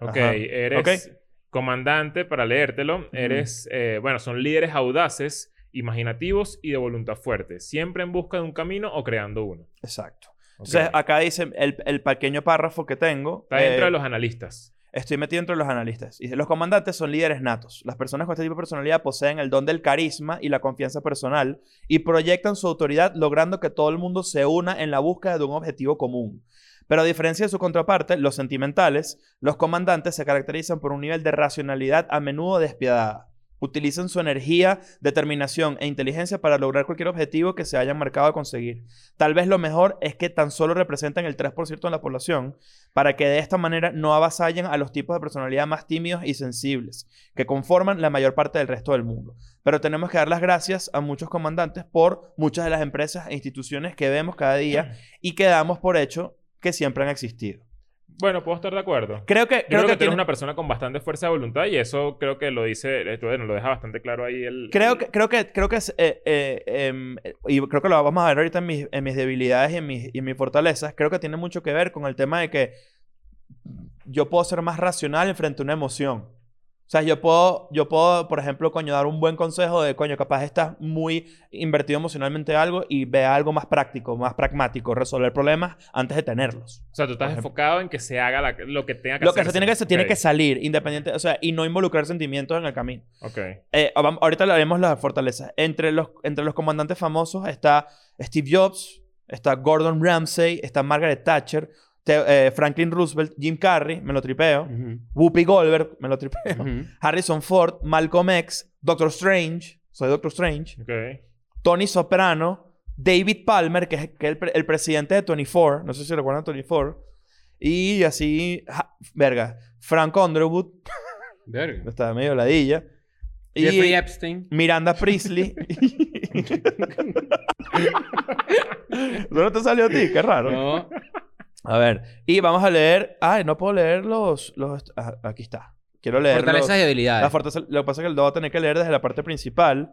Speaker 2: Ok,
Speaker 3: Ajá.
Speaker 2: eres
Speaker 3: Ok.
Speaker 2: comandante, para leértelo, eres, eh, bueno, son líderes audaces, imaginativos y de voluntad fuerte, siempre en busca de un camino o creando uno.
Speaker 3: Exacto.
Speaker 2: Ok.
Speaker 3: Entonces, acá dice el, el pequeño párrafo que tengo.
Speaker 2: Está dentro
Speaker 3: eh,
Speaker 2: de los analistas.
Speaker 3: Estoy metido entre los analistas. Y los comandantes son líderes natos. Las personas con este tipo de personalidad poseen el don del carisma y la confianza personal y proyectan su autoridad logrando que todo el mundo se una en la búsqueda de un objetivo común. Pero a diferencia de su contraparte, los sentimentales, los comandantes se caracterizan por un nivel de racionalidad a menudo despiadada. Utilizan su energía, determinación e inteligencia para lograr cualquier objetivo que se hayan marcado a conseguir. Tal vez lo mejor es que tan solo representan el 3% de la población, para que de esta manera no avasallen a los tipos de personalidad más tímidos y sensibles, que conforman la mayor parte del resto del mundo. Pero tenemos que dar las gracias a muchos comandantes por muchas de las empresas e instituciones que vemos cada día y que damos por hecho que siempre han existido.
Speaker 2: Bueno, puedo estar de acuerdo.
Speaker 3: Creo que,
Speaker 2: Yo creo, que, tú
Speaker 3: tiene-
Speaker 2: eres una persona con bastante fuerza de voluntad y eso creo que lo dice, eh, bueno, lo deja bastante claro ahí el...
Speaker 3: Creo que, creo que, creo que es, eh, eh, em, eh, y creo que lo vamos a ver ahorita en mis, en mis debilidades y en mis, y en mis fortalezas, creo que tiene mucho que ver con el tema de que yo puedo ser más racional frente a una emoción. O sea, yo puedo, yo puedo, por ejemplo, coño, dar un buen consejo de, coño, capaz estás muy invertido emocionalmente en algo y ve algo más práctico, más pragmático, resolver problemas antes de tenerlos.
Speaker 2: O sea, tú estás
Speaker 3: Por ejemplo.
Speaker 2: enfocado en que se haga la- lo que tenga que
Speaker 3: Lo que se
Speaker 2: hacerse.
Speaker 3: tiene que, se tiene
Speaker 2: Ok,
Speaker 3: que salir, independiente, o sea, y no involucrar sentimientos en el camino.
Speaker 2: Ok.
Speaker 3: Eh, vam- ahorita hablaremos de las fortalezas. Entre los, entre los comandantes famosos está Steve Jobs, está Gordon Ramsay, está Margaret Thatcher, te- eh, Franklin Roosevelt, Jim Carrey, me lo tripeo,
Speaker 4: Ujú,
Speaker 3: Whoopi Goldberg, me lo tripeo,
Speaker 4: ujú.
Speaker 3: Harrison Ford, Malcolm X, Doctor Strange, soy Doctor Strange,
Speaker 2: Ok.
Speaker 3: Tony Soprano, David Palmer, que es que el, pre- el presidente de 24, no sé si recuerdan 24, y así, ja, verga, Frank Underwood,
Speaker 4: Verga.
Speaker 3: está medio ladilla, y
Speaker 4: Jeffrey Epstein.
Speaker 3: Miranda Priestley. ¿Eso no te salió a ti? Qué raro.
Speaker 4: No.
Speaker 3: A ver, y vamos a leer. Ay, no puedo leer los. los ah, aquí está. Quiero leer. los-
Speaker 4: Fortalezas y habilidades.
Speaker 3: la fortaleza- lo que pasa es que el 2 va a tener que leer desde la parte principal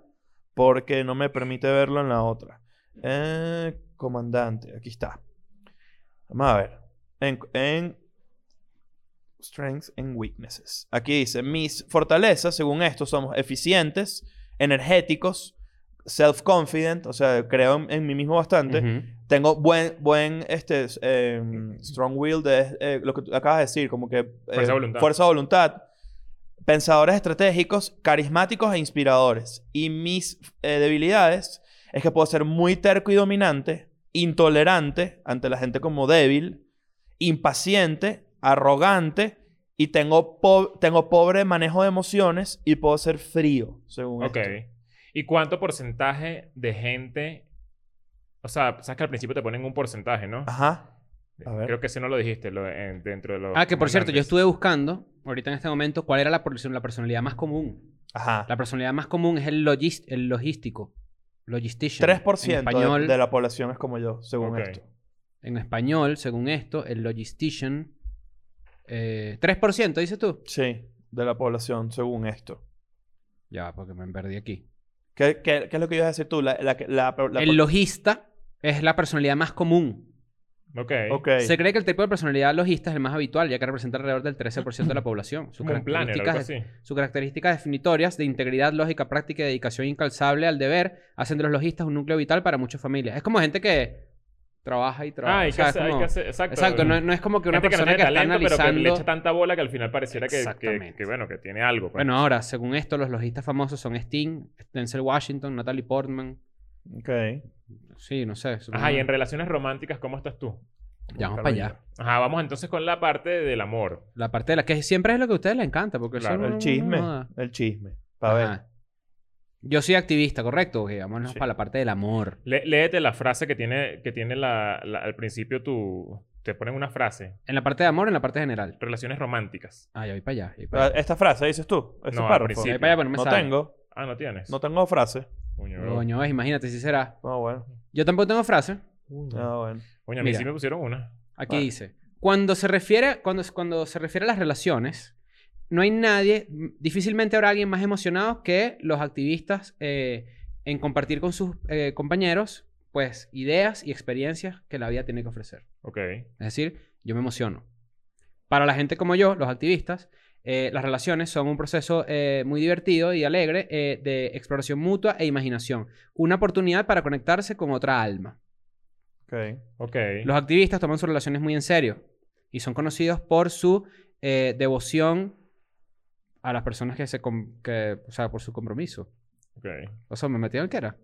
Speaker 3: porque no me permite verlo en la otra. Eh, comandante, aquí está. Vamos a ver. En, en Strengths and Weaknesses. Aquí dice, mis fortalezas, según esto, somos eficientes, energéticos, self-confident, o sea, creo en, en mí mismo bastante.
Speaker 4: Ujú.
Speaker 3: Tengo buen, buen, este, s- em, strong will de eh, lo que tú acabas de decir, como que... eh,
Speaker 2: Fuerza de voluntad.
Speaker 3: Fuerza de voluntad. Pensadores estratégicos, carismáticos e inspiradores. Y mis eh, debilidades es que puedo ser muy terco y dominante, intolerante ante la gente como débil, impaciente, arrogante y tengo, po- tengo pobre manejo de emociones y puedo ser frío, según
Speaker 2: Ok.
Speaker 3: esto.
Speaker 2: ¿Y cuánto porcentaje de gente... O sea, sabes que al principio te ponen un porcentaje, ¿no?
Speaker 3: Ajá. Ah, a ver.
Speaker 2: Creo que ese no lo dijiste lo de- en- dentro de los...
Speaker 4: Ah, que por cierto, yo
Speaker 2: comandantes.
Speaker 4: estuve buscando ahorita en este momento cuál era la, por- la personalidad más común.
Speaker 3: Ajá.
Speaker 4: La personalidad más común es el, logis- el logístico. Logistician.
Speaker 3: 3% de-
Speaker 4: En español,
Speaker 3: de la población es como yo, según
Speaker 2: Ok.
Speaker 3: esto.
Speaker 4: en español según esto, el logistician. eh, 3%, dices tú.
Speaker 3: Sí, de la población, según esto.
Speaker 4: Ya, va, porque me perdí aquí.
Speaker 3: ¿Qué, qué, qué es lo que ibas a decir tú? La, la, la, la-
Speaker 4: el logista es la personalidad más común.
Speaker 2: Ok.
Speaker 3: Ok.
Speaker 4: Se cree que el tipo de personalidad logista es el más habitual, ya que representa alrededor del 13% de la población. Sus
Speaker 2: Como un planner, algo
Speaker 4: características,
Speaker 2: así.
Speaker 4: sus características definitorias de integridad, lógica, práctica y dedicación incalzable al deber hacen de los logistas un núcleo vital para muchas familias. Es como gente que trabaja y trabaja.
Speaker 2: Ah,
Speaker 4: o
Speaker 2: y que
Speaker 4: sea, es
Speaker 2: hace- hay
Speaker 4: como-
Speaker 2: que hacer... Exacto.
Speaker 4: Exacto, no, no es como que una
Speaker 2: Gente
Speaker 4: persona que,
Speaker 2: no tiene
Speaker 4: está
Speaker 2: talento, pero que le
Speaker 4: analizando...
Speaker 2: echa tanta bola que al final pareciera que, que,
Speaker 4: Exactamente.
Speaker 2: que, bueno, que tiene algo. pues.
Speaker 4: Bueno, ahora, según esto, los logistas famosos son Sting, Denzel Washington, Natalie Portman.
Speaker 3: Ok.
Speaker 4: Sí, no sé. supongo-
Speaker 2: Ajá, y en relaciones románticas, ¿cómo estás tú?
Speaker 4: Ya vamos
Speaker 2: Carlos
Speaker 4: para
Speaker 2: y yo.
Speaker 4: allá.
Speaker 2: Ajá, vamos entonces con la parte del amor.
Speaker 4: La parte de la que siempre es lo que a ustedes les encanta, porque eso
Speaker 2: Claro,
Speaker 4: no-
Speaker 3: El chisme.
Speaker 4: no joda.
Speaker 3: el chisme. Para ver.
Speaker 4: Ajá. Yo soy activista, correcto. Ok, vámonos
Speaker 3: Sí.
Speaker 4: para la parte del amor.
Speaker 2: Le- léete la frase que tiene, que tiene la, la- al principio tu... Te ponen una frase.
Speaker 4: En la parte de amor, en la parte general.
Speaker 2: Relaciones románticas.
Speaker 4: Ah, ya voy para allá. voy pa'
Speaker 3: Ah,
Speaker 4: allá.
Speaker 3: Esta frase dices tú. Este
Speaker 2: No, al
Speaker 3: párrafo.
Speaker 4: Ya
Speaker 2: principio.
Speaker 4: voy pa' allá, pero no me
Speaker 3: No
Speaker 4: sale.
Speaker 3: tengo.
Speaker 2: Ah, ¿no tienes?
Speaker 3: No tengo frase.
Speaker 2: Coño, bro.
Speaker 4: Coño, ves, imagínate si será.
Speaker 3: No, bueno.
Speaker 4: Yo tampoco tengo frase.
Speaker 3: No, bueno.
Speaker 2: Coño, a mí
Speaker 4: Mira.
Speaker 2: sí me pusieron una.
Speaker 4: Aquí
Speaker 3: Vale.
Speaker 4: dice, cuando se refiere cuando, cuando se refiere a las relaciones, no hay nadie, m- difícilmente habrá alguien más emocionado que los activistas eh, en compartir con sus eh, compañeros, pues, ideas y experiencias que la vida tiene que ofrecer.
Speaker 2: Ok.
Speaker 4: Es decir, yo me emociono. Para la gente como yo, los activistas, eh, las relaciones son un proceso eh, muy divertido y alegre eh, de exploración mutua e imaginación. Una oportunidad para conectarse con otra alma.
Speaker 3: Ok.
Speaker 2: Ok.
Speaker 4: Los activistas toman sus relaciones muy en serio y son conocidos por su eh, devoción a las personas que se... com- que- o sea, por su compromiso.
Speaker 2: Ok.
Speaker 4: O sea, me metí en el que era.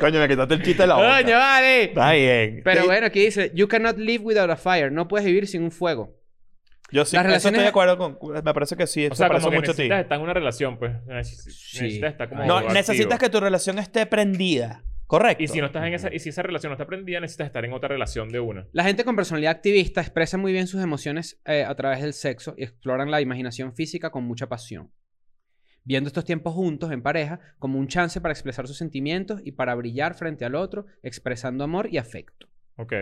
Speaker 3: Coño, me quitaste el chiste de la boca.
Speaker 4: ¡Coño, vale!
Speaker 3: Está bien.
Speaker 4: Pero
Speaker 3: Sí,
Speaker 4: bueno, aquí dice, You cannot live without a fire. No puedes vivir sin un fuego.
Speaker 3: Yo sí.
Speaker 4: las
Speaker 3: Eso estoy
Speaker 4: relaciones-
Speaker 3: de acuerdo con... Me parece que sí.
Speaker 2: O
Speaker 3: Eso
Speaker 2: sea,
Speaker 3: parece
Speaker 2: como que
Speaker 3: mucho a ti.
Speaker 2: necesitas estar en una relación, pues. Neces-
Speaker 4: Sí.
Speaker 2: Necesitas estar como
Speaker 3: No,
Speaker 2: activo.
Speaker 3: necesitas que tu relación esté prendida. Correcto.
Speaker 2: Y si no estás en esa... Y si esa relación no está prendida, necesitas estar en otra relación de una.
Speaker 4: La gente con personalidad activista expresa muy bien sus emociones eh, a través del sexo y exploran la imaginación física con mucha pasión. Viendo estos tiempos juntos, en pareja, como un chance para expresar sus sentimientos y para brillar frente al otro, expresando amor y afecto.
Speaker 2: Ok.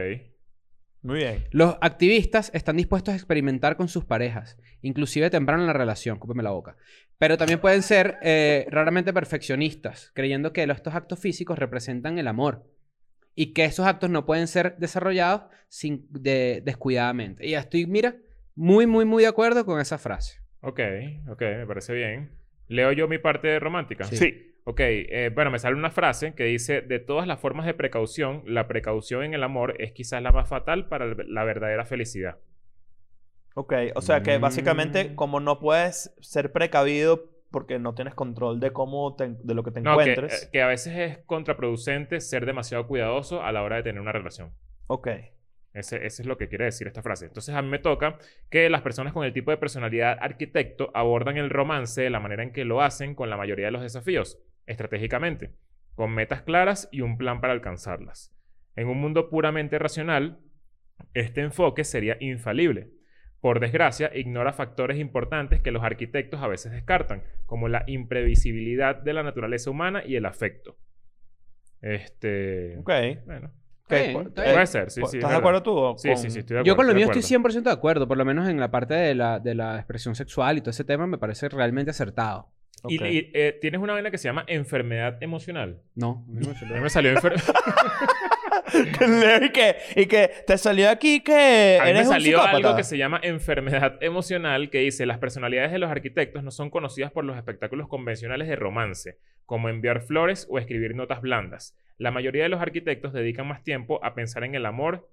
Speaker 3: Muy bien.
Speaker 4: Los activistas están dispuestos a experimentar con sus parejas, inclusive temprano en la relación, cúpeme la boca. Pero también pueden ser eh, raramente perfeccionistas, creyendo que estos actos físicos representan el amor y que esos actos no pueden ser desarrollados sin, de- descuidadamente. Y ya estoy, mira, muy, muy, muy de acuerdo con esa frase.
Speaker 2: Ok. Ok. Me parece bien. ¿Leo yo mi parte romántica?
Speaker 4: Sí.
Speaker 2: Ok, eh, bueno, me sale una frase que dice, de todas las formas de precaución, la precaución en el amor es quizás la más fatal para el- la verdadera felicidad.
Speaker 3: Ok, o sea que básicamente
Speaker 2: Mm.
Speaker 3: como no puedes ser precavido porque no tienes control de cómo te- de lo que te
Speaker 2: No, que,
Speaker 3: encuentres.
Speaker 2: eh, que a veces es contraproducente ser demasiado cuidadoso a la hora de tener una relación.
Speaker 3: Ok.
Speaker 2: Ese, ese es lo que quiere decir esta frase. Entonces a mí me toca que las personas con el tipo de personalidad arquitecto abordan el romance de la manera en que lo hacen con la mayoría de los desafíos, estratégicamente. con metas claras y un plan para alcanzarlas. En un mundo puramente racional, este enfoque sería infalible. Por desgracia, ignora factores importantes que los arquitectos a veces descartan, como la imprevisibilidad de la naturaleza humana y el afecto. Este.
Speaker 3: Ok.
Speaker 2: Bueno,
Speaker 3: ok,
Speaker 4: bien,
Speaker 3: pues,
Speaker 4: está
Speaker 3: eh,
Speaker 4: bien.
Speaker 2: puede ser, sí,
Speaker 3: pues,
Speaker 2: sí. es
Speaker 3: ¿Estás de
Speaker 2: verdad.
Speaker 3: acuerdo tú? o
Speaker 2: Sí, sí, sí, estoy de acuerdo.
Speaker 4: Yo con lo
Speaker 2: estoy de
Speaker 4: mío estoy
Speaker 2: acuerdo.
Speaker 4: 100% de acuerdo, por lo menos en la parte de la, de la expresión sexual y todo ese tema me parece realmente acertado.
Speaker 2: Y,
Speaker 3: Ok.
Speaker 2: y, eh, tienes una vaina que se llama enfermedad emocional.
Speaker 4: No, a mí no me
Speaker 2: A mí
Speaker 4: suena.
Speaker 2: me salió enfer-
Speaker 3: Leo, y que, y que te salió aquí que
Speaker 2: A mí me
Speaker 3: eres un
Speaker 2: salió algo
Speaker 3: psicópata.
Speaker 2: que se llama enfermedad emocional que dice las personalidades de los arquitectos no son conocidas por los espectáculos convencionales de romance, como enviar flores o escribir notas blandas. La mayoría de los arquitectos dedican más tiempo a pensar en el amor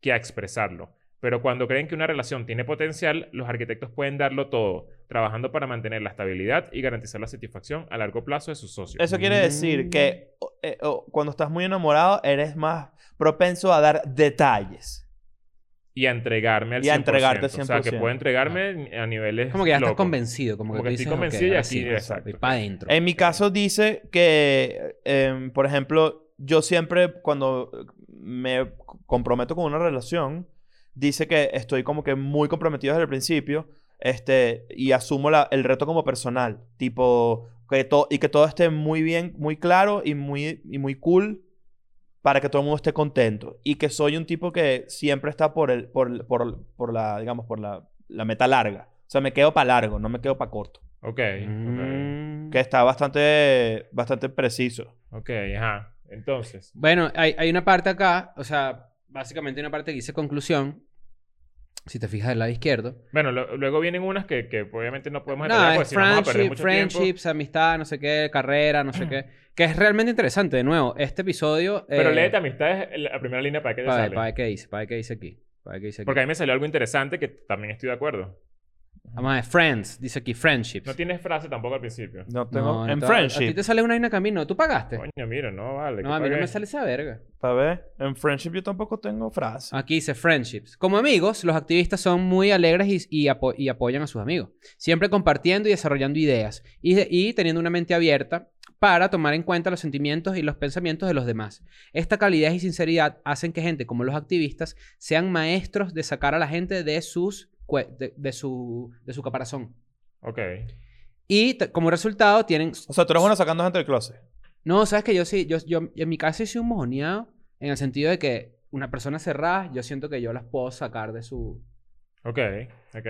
Speaker 2: que a expresarlo. Pero cuando creen que una relación tiene potencial, los arquitectos pueden darlo todo, trabajando para mantener la estabilidad y garantizar la satisfacción a largo plazo de sus socios.
Speaker 3: Eso quiere decir
Speaker 4: Mm.
Speaker 3: que o- eh, o, cuando estás muy enamorado eres más propenso a dar detalles.
Speaker 2: Y a entregarme al 100%.
Speaker 3: Y a entregarte
Speaker 2: O sea, que
Speaker 3: 100%.
Speaker 2: puedo entregarme a niveles
Speaker 4: Como que ya estás
Speaker 2: locos.
Speaker 4: convencido, como que
Speaker 2: Como
Speaker 4: tú
Speaker 2: que estoy
Speaker 4: dices,
Speaker 2: convencido y
Speaker 4: "Ok, ahora
Speaker 2: aquí,
Speaker 4: sí,
Speaker 2: exacto.
Speaker 4: exacto, y para adentro.
Speaker 3: En mi caso dice que, em, por ejemplo, yo siempre cuando me comprometo con una relación, dice que estoy como que muy comprometido desde el principio este, y asumo la- el reto como personal, tipo, que to- y que todo esté muy bien, muy claro y muy, y muy cool para que todo el mundo esté contento. Y que soy un tipo que siempre está por, el, por, por, por la, digamos, por la, la meta larga. O sea, me quedo para largo, no me quedo para corto.
Speaker 2: Ok, ok.
Speaker 4: Mm.
Speaker 3: Que está bastante, bastante preciso.
Speaker 2: Ok, ajá. Entonces.
Speaker 4: Bueno, hay, hay una parte acá, o sea, básicamente hay una parte que dice conclusión. Si te fijas del lado izquierdo.
Speaker 2: Bueno, lo- luego vienen unas que, que obviamente no podemos
Speaker 4: No,
Speaker 2: detallar porque
Speaker 4: es
Speaker 2: si no vamos a perder
Speaker 4: friendship,
Speaker 2: mucho tiempo.
Speaker 4: friendships, amistad, no sé qué, carrera, no sé qué. Que es realmente interesante, de nuevo, este episodio.
Speaker 2: Pero
Speaker 4: eh,
Speaker 2: léete amistades en la primera línea para que te
Speaker 4: Para ver,
Speaker 2: sale.
Speaker 4: para ver qué dice, para ver qué dice aquí. Para ver qué dice aquí.
Speaker 2: Porque a mí me salió algo interesante que también estoy de acuerdo.
Speaker 4: Vamos a ver, friends, dice aquí, friendships.
Speaker 2: No tienes frase tampoco al principio.
Speaker 3: No tengo.
Speaker 4: No, no
Speaker 3: en
Speaker 4: te- A ti
Speaker 3: friendship.
Speaker 4: te sale una vaina camino, tú pagaste.
Speaker 2: Coño, mira, no vale.
Speaker 4: no,
Speaker 2: que
Speaker 4: a mí no
Speaker 2: pague.
Speaker 4: me sale esa verga.
Speaker 3: Para ver. En friendship yo tampoco tengo frase.
Speaker 4: Aquí dice friendships. Como amigos, los activistas son muy alegres y, y apo- y apoyan a sus amigos, siempre compartiendo y desarrollando ideas y, de- y teniendo una mente abierta para tomar en cuenta los sentimientos y los pensamientos de los demás. Esta calidez y sinceridad hacen que gente como los activistas sean maestros de sacar a la gente de sus cue- de, de su de su caparazón.
Speaker 2: Ok.
Speaker 4: Y t- como resultado tienen
Speaker 3: O sea, tú eres bueno sacando gente del closet.
Speaker 4: no, sabes que yo sí, yo, yo en mi caso hice un mojoneado en el sentido de que una persona cerrada, yo siento que yo las puedo sacar de su...
Speaker 2: Ok. Ok.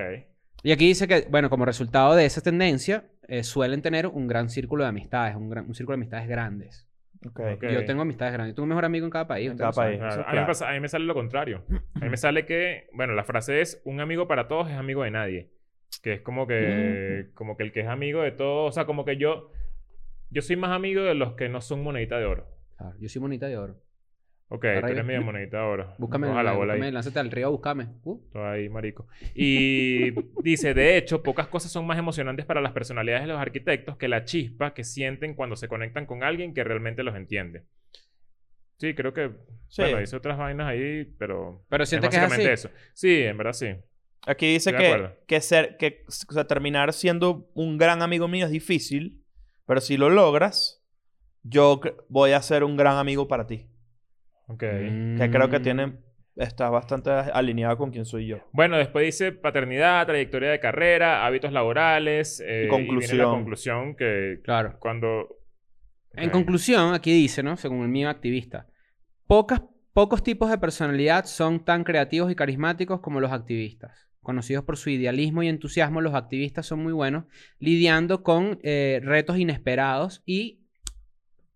Speaker 4: Y aquí dice que, bueno, como resultado de esa tendencia, eh, suelen tener un gran círculo de amistades, un, gran, un círculo de amistades grandes.
Speaker 3: Ok.
Speaker 2: Ok.
Speaker 4: Yo tengo amistades grandes. Tengo un mejor amigo en cada país.
Speaker 3: En
Speaker 4: ustedes lo
Speaker 3: cada
Speaker 4: saben.
Speaker 3: país.
Speaker 2: Claro, A,
Speaker 3: eso
Speaker 2: mí
Speaker 3: es
Speaker 2: me
Speaker 3: claro.
Speaker 2: pasa- a mí me sale lo contrario. A mí me sale que, bueno, la frase es un amigo para todos es amigo de nadie. Que es como
Speaker 3: Mm.
Speaker 2: que, como que el que es amigo de todos, o sea, como que yo, yo soy más amigo de los que no son monedita de oro.
Speaker 4: Claro, Yo soy monita de oro.
Speaker 2: Ok, tú
Speaker 4: Arraiga-
Speaker 2: eres medio monedita ahora.
Speaker 4: Búscame,
Speaker 2: Ojalá bola
Speaker 4: búscame,
Speaker 2: ahí.
Speaker 4: lánzate al río, búscame. Uh,
Speaker 2: Todo ahí, marico. Y dice, de hecho, pocas cosas son más emocionantes para las personalidades de los arquitectos que la chispa que sienten cuando se conectan con alguien que realmente los entiende. Sí, creo que...
Speaker 3: Sí.
Speaker 2: Bueno, dice otras vainas ahí, pero...
Speaker 4: Pero
Speaker 2: Es
Speaker 4: sientes que es así.
Speaker 2: básicamente eso. Sí, en verdad sí.
Speaker 3: Aquí dice
Speaker 2: Estoy de
Speaker 3: que,
Speaker 2: acuerdo.
Speaker 3: que, ser, que o sea, terminar siendo un gran amigo mío es difícil. Pero si lo logras, yo cre- voy a ser un gran amigo para ti.
Speaker 2: Ok.
Speaker 3: Que creo que
Speaker 4: Mm.
Speaker 3: tiene. Está bastante alineado con quien soy yo.
Speaker 2: Bueno, después dice paternidad, trayectoria de carrera, hábitos laborales... eh, y viene
Speaker 3: conclusión.
Speaker 2: la conclusión que
Speaker 4: Claro.
Speaker 2: cuando...
Speaker 4: En
Speaker 2: Ok.
Speaker 4: conclusión, aquí dice, ¿no? Según el mío activista, pocas, pocos tipos de personalidad son tan creativos y carismáticos como los activistas. Conocidos por su idealismo y entusiasmo, los activistas son muy buenos lidiando con eh, retos inesperados y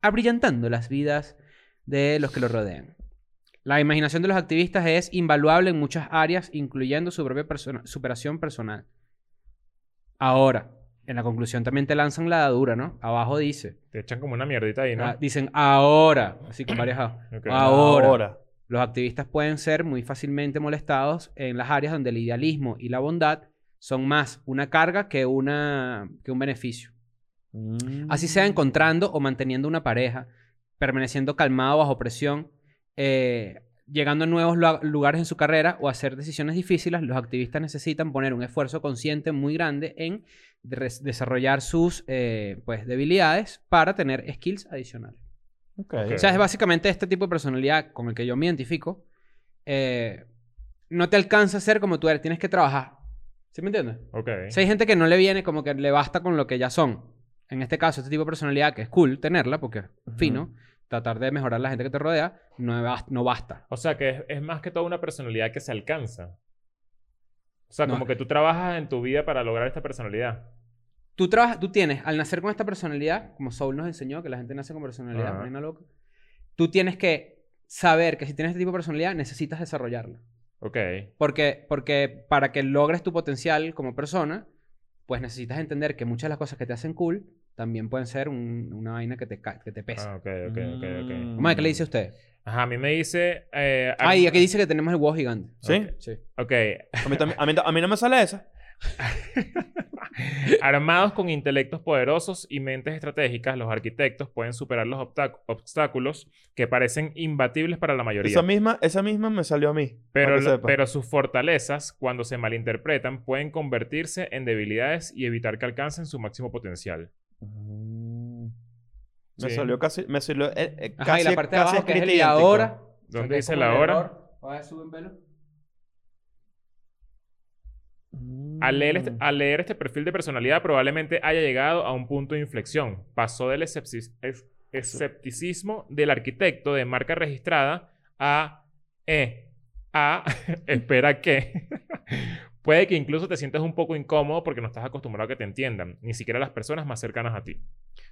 Speaker 4: abrillantando las vidas de los que los rodean. La imaginación de los activistas es invaluable en muchas áreas, incluyendo su propia persona- superación personal. Ahora, en la conclusión también te lanzan la dadura, ¿no? Abajo dice,
Speaker 2: Te echan como una mierdita ahí, ¿no?
Speaker 4: Ah, dicen ahora, así con varias A.
Speaker 2: Ok.
Speaker 4: Ahora, Los activistas pueden ser muy fácilmente molestados en las áreas donde el idealismo y la bondad son más una carga que, una, que un beneficio.
Speaker 3: Mm.
Speaker 4: Así sea encontrando o manteniendo una pareja, permaneciendo calmado bajo presión, eh, llegando a nuevos lu- lugares en su carrera o hacer decisiones difíciles, los activistas necesitan poner un esfuerzo consciente muy grande en des- desarrollar sus eh, pues, debilidades para tener skills adicionales.
Speaker 3: Ok.
Speaker 2: Ok.
Speaker 4: O sea, es básicamente este tipo de personalidad con el que yo me identifico. eh, no te alcanza a ser como tú eres, tienes que trabajar. ¿Sí me entiendes?
Speaker 2: Ok.
Speaker 4: Si hay gente que no le viene, como que le basta con lo que ya son. En este caso, este tipo de personalidad, que es cool tenerla, porque es fino, tratar de mejorar la gente que te rodea, no, bas- no basta.
Speaker 2: O sea, que es, es más que toda una personalidad que se alcanza. O sea,
Speaker 4: No.
Speaker 2: como que tú trabajas en tu vida para lograr esta personalidad.
Speaker 4: Tú, trabajas, tú tienes, al nacer con esta personalidad, como Soul nos enseñó, que la gente nace con personalidad,
Speaker 2: Ajá.
Speaker 4: vaina loca, tú tienes que saber que si tienes este tipo de personalidad, necesitas desarrollarla.
Speaker 2: Ok.
Speaker 4: Porque, porque para que logres tu potencial como persona, pues necesitas entender que muchas de las cosas que te hacen cool también pueden ser un- una vaina que te, ca- que te pesa.
Speaker 2: Ah, ok, ok, ok, ok.
Speaker 4: Mamá, ¿qué le dice a usted?
Speaker 2: Ajá, a mí me dice... Eh, a-
Speaker 4: Mm. Ay, aquí dice que tenemos el huevo gigante.
Speaker 3: ¿Sí?
Speaker 2: Ok.
Speaker 4: Sí.
Speaker 2: Ok.
Speaker 3: A, mí también- a mí ta- a mí no me sale esa.
Speaker 2: Armados con intelectos poderosos y mentes estratégicas, los arquitectos pueden superar los obstac- obstáculos que parecen imbatibles para la mayoría.
Speaker 3: Esa misma, esa misma me salió a mí.
Speaker 2: Pero,
Speaker 3: para que
Speaker 2: lo-
Speaker 3: sepa.
Speaker 2: pero sus fortalezas, cuando se malinterpretan, pueden convertirse en debilidades y evitar que alcancen su máximo potencial.
Speaker 3: Mm. Me
Speaker 2: Sí.
Speaker 3: salió casi. Me salió, eh, eh,
Speaker 4: Ajá,
Speaker 3: casi
Speaker 4: y la parte de
Speaker 3: casi
Speaker 4: abajo que es el y
Speaker 3: escrito idéntico.
Speaker 4: ahora.
Speaker 2: ¿Dónde
Speaker 4: O sea, que es
Speaker 2: dice
Speaker 4: como
Speaker 2: la
Speaker 4: el
Speaker 2: hora?
Speaker 4: error. A ver, sube un velo.
Speaker 3: Mm.
Speaker 2: Al leer, este, al leer este perfil de personalidad, probablemente haya llegado a un punto de inflexión. Pasó del escepsi- es- escepticismo del arquitecto de marca registrada a. eh, a. espera que. Puede que incluso te sientas un poco incómodo porque no estás acostumbrado a que te entiendan, ni siquiera las personas más cercanas a ti.